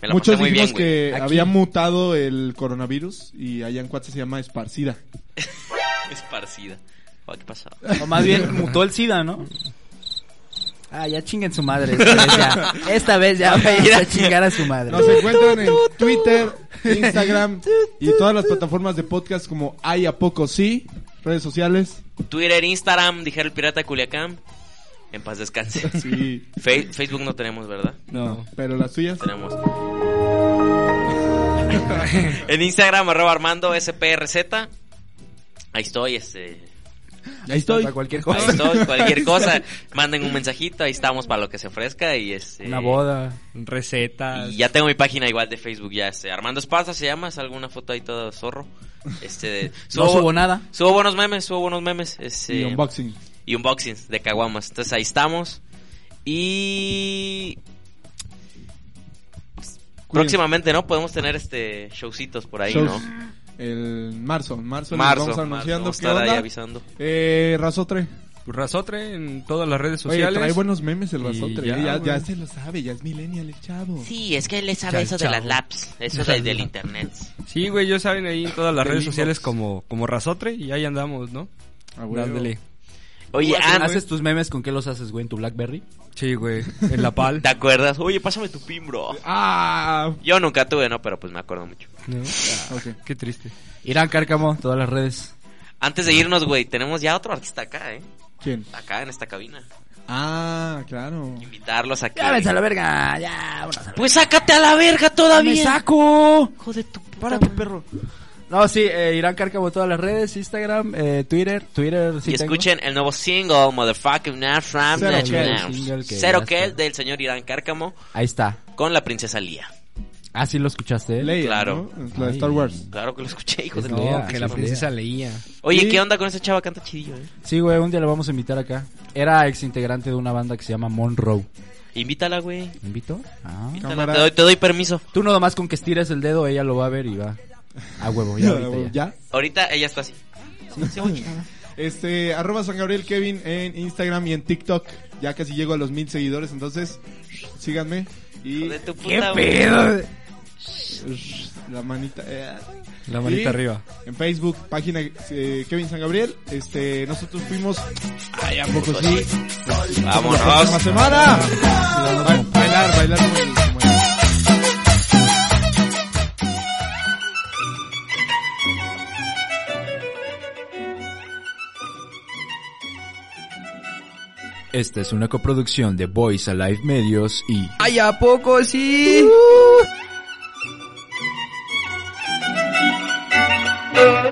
[SPEAKER 2] Me la
[SPEAKER 3] Muchos
[SPEAKER 2] pasé muy bien,
[SPEAKER 3] dijimos
[SPEAKER 2] güey.
[SPEAKER 3] que
[SPEAKER 5] Aquí.
[SPEAKER 3] había mutado el coronavirus y allá en Cuatza se llama esparcida.
[SPEAKER 2] Esparcida. Oh, ¿Qué pasó?
[SPEAKER 5] O más bien, mutó el SIDA, ¿no? Ah, ya chinguen su madre. Esta vez ya, esta vez ya vamos a chingar a su madre.
[SPEAKER 3] Nos encuentran en Twitter, Instagram y todas las plataformas de podcast como Hay a poco sí, redes sociales.
[SPEAKER 2] Twitter, Instagram, dijera el pirata de Culiacán. En paz descanse.
[SPEAKER 3] [LAUGHS]
[SPEAKER 2] [LAUGHS]
[SPEAKER 3] Sí.
[SPEAKER 2] Fe- Facebook no tenemos, ¿verdad?
[SPEAKER 3] No, pero las tuyas. [LAUGHS]
[SPEAKER 2] Tenemos. en Instagram, arroba Armando SPRZ. Ahí estoy, este.
[SPEAKER 3] Ahí estoy.
[SPEAKER 5] Para cualquier
[SPEAKER 2] Ahí
[SPEAKER 5] cosa.
[SPEAKER 2] estoy,
[SPEAKER 3] [LAUGHS]
[SPEAKER 2] cualquier cosa. Manden un mensajito, ahí estamos para lo que se ofrezca. Y este.
[SPEAKER 5] Una boda.
[SPEAKER 4] Recetas.
[SPEAKER 2] Y ya tengo mi página igual de Facebook, ya este. Armando Esparza se llama, es alguna foto ahí todo zorro. Este. de-
[SPEAKER 5] No subo nada.
[SPEAKER 2] Subo buenos memes, subo buenos memes. Este,
[SPEAKER 3] Y unboxing.
[SPEAKER 2] y unboxings de caguamas. Entonces ahí estamos. Y próximamente, ¿no? Podemos tener este showcitos por ahí,
[SPEAKER 3] Shows.
[SPEAKER 2] ¿no?
[SPEAKER 3] El marzo, en marzo, les
[SPEAKER 2] Marzo.
[SPEAKER 3] vamos
[SPEAKER 2] marzo,
[SPEAKER 3] anunciando
[SPEAKER 2] vamos a
[SPEAKER 3] qué
[SPEAKER 2] estar ahí
[SPEAKER 3] onda.
[SPEAKER 2] avisando.
[SPEAKER 3] Eh, Razotre.
[SPEAKER 4] Rasotre en todas las redes
[SPEAKER 3] Oye,
[SPEAKER 4] sociales.
[SPEAKER 3] trae buenos memes el
[SPEAKER 4] Y
[SPEAKER 3] Razotre. ¿eh?
[SPEAKER 4] ya,
[SPEAKER 3] Ya, ya,
[SPEAKER 4] güey.
[SPEAKER 3] se lo sabe, ya es millennial el chavo.
[SPEAKER 2] Sí, es que él sabe
[SPEAKER 4] Chao,
[SPEAKER 2] eso
[SPEAKER 4] chao.
[SPEAKER 2] de las laps, eso de- del internet.
[SPEAKER 4] Sí, güey, yo saben ahí en todas las
[SPEAKER 3] Del
[SPEAKER 4] redes
[SPEAKER 3] inbox.
[SPEAKER 4] sociales como, como Rasotre y ahí andamos, ¿no?
[SPEAKER 3] Ah, güey.
[SPEAKER 4] Dándole.
[SPEAKER 2] [LAUGHS] Oye, ah,
[SPEAKER 5] ¿Haces tus memes con qué los haces, güey? ¿En tu Blackberry?
[SPEAKER 4] Sí, güey, en la pal.
[SPEAKER 5] [LAUGHS]
[SPEAKER 2] ¿te acuerdas? Oye, pásame tu pin, bro.
[SPEAKER 3] Ah,
[SPEAKER 2] Yo nunca tuve, ¿no? Pero pues me acuerdo mucho.
[SPEAKER 4] ¿no?
[SPEAKER 3] ok.
[SPEAKER 4] Qué triste.
[SPEAKER 5] Irán Cárcamo, todas las redes.
[SPEAKER 2] Antes de irnos, güey, tenemos ya otro artista acá, ¿eh?
[SPEAKER 3] ¿Quién?
[SPEAKER 2] Acá en esta cabina.
[SPEAKER 3] Ah, claro.
[SPEAKER 2] Invitarlos aquí.
[SPEAKER 5] Ya, vete a la verga. Ya, vámonos a la
[SPEAKER 2] Pues sácate a la verga todavía.
[SPEAKER 5] ¡Me saco!
[SPEAKER 2] Hijo de tu puta
[SPEAKER 5] Párate,
[SPEAKER 2] madre.
[SPEAKER 5] perro. No, sí, eh, Irán Cárcamo, todas las redes, Instagram, eh, Twitter, Twitter, sí
[SPEAKER 2] y
[SPEAKER 5] tengo.
[SPEAKER 2] escuchen el nuevo single, Motherfucking Now From
[SPEAKER 3] Cero
[SPEAKER 2] Nash
[SPEAKER 3] Kell,
[SPEAKER 2] Now.
[SPEAKER 5] single que
[SPEAKER 2] Cero
[SPEAKER 5] ya
[SPEAKER 2] que
[SPEAKER 5] está.
[SPEAKER 2] del señor Irán Cárcamo
[SPEAKER 5] Ahí está.
[SPEAKER 2] con la princesa Lía.
[SPEAKER 5] Ah, sí lo escuchaste. ¿eh?
[SPEAKER 3] Leia,
[SPEAKER 2] Claro.
[SPEAKER 3] ¿no? Es La de Star Wars.
[SPEAKER 2] Claro que lo escuché, hijo
[SPEAKER 5] Es
[SPEAKER 2] de
[SPEAKER 5] No,
[SPEAKER 2] tu-
[SPEAKER 5] Lea. que la princesa
[SPEAKER 4] leía.
[SPEAKER 2] Oye,
[SPEAKER 3] Sí.
[SPEAKER 2] ¿qué onda con esa chava? Canta chidillo, eh.
[SPEAKER 5] Sí, güey, un día lo vamos a invitar acá. Era ex integrante de una banda que se llama Monroe.
[SPEAKER 2] Invítala, güey.
[SPEAKER 5] ¿Me invito? Ah.
[SPEAKER 2] Invítala.
[SPEAKER 3] Cámara.
[SPEAKER 2] Te doy, te doy permiso.
[SPEAKER 5] Tú nada más con que estires el dedo, ella lo va a ver y va. [LAUGHS] A huevo, ya. ahorita ya.
[SPEAKER 3] ¿Ya?
[SPEAKER 2] Ahorita ella está así.
[SPEAKER 3] Este, arroba San Gabriel Kevin en Instagram y en TikTok. Ya casi llego a los mil seguidores, entonces síganme. Y
[SPEAKER 2] Hijo de tu puta, güey.
[SPEAKER 5] pedo?
[SPEAKER 3] la manita. eh,
[SPEAKER 4] La manita
[SPEAKER 3] Y
[SPEAKER 4] arriba.
[SPEAKER 3] En Facebook, página eh, Kevin San Gabriel. Este, nosotros fuimos. Ay, a poco sí. La
[SPEAKER 2] Vámonos.
[SPEAKER 3] semana. Ba- Bailar, bailar. como el- como el-
[SPEAKER 1] Esta es una coproducción de Voice Alive Medios y
[SPEAKER 4] ¡Ay, a poco sí!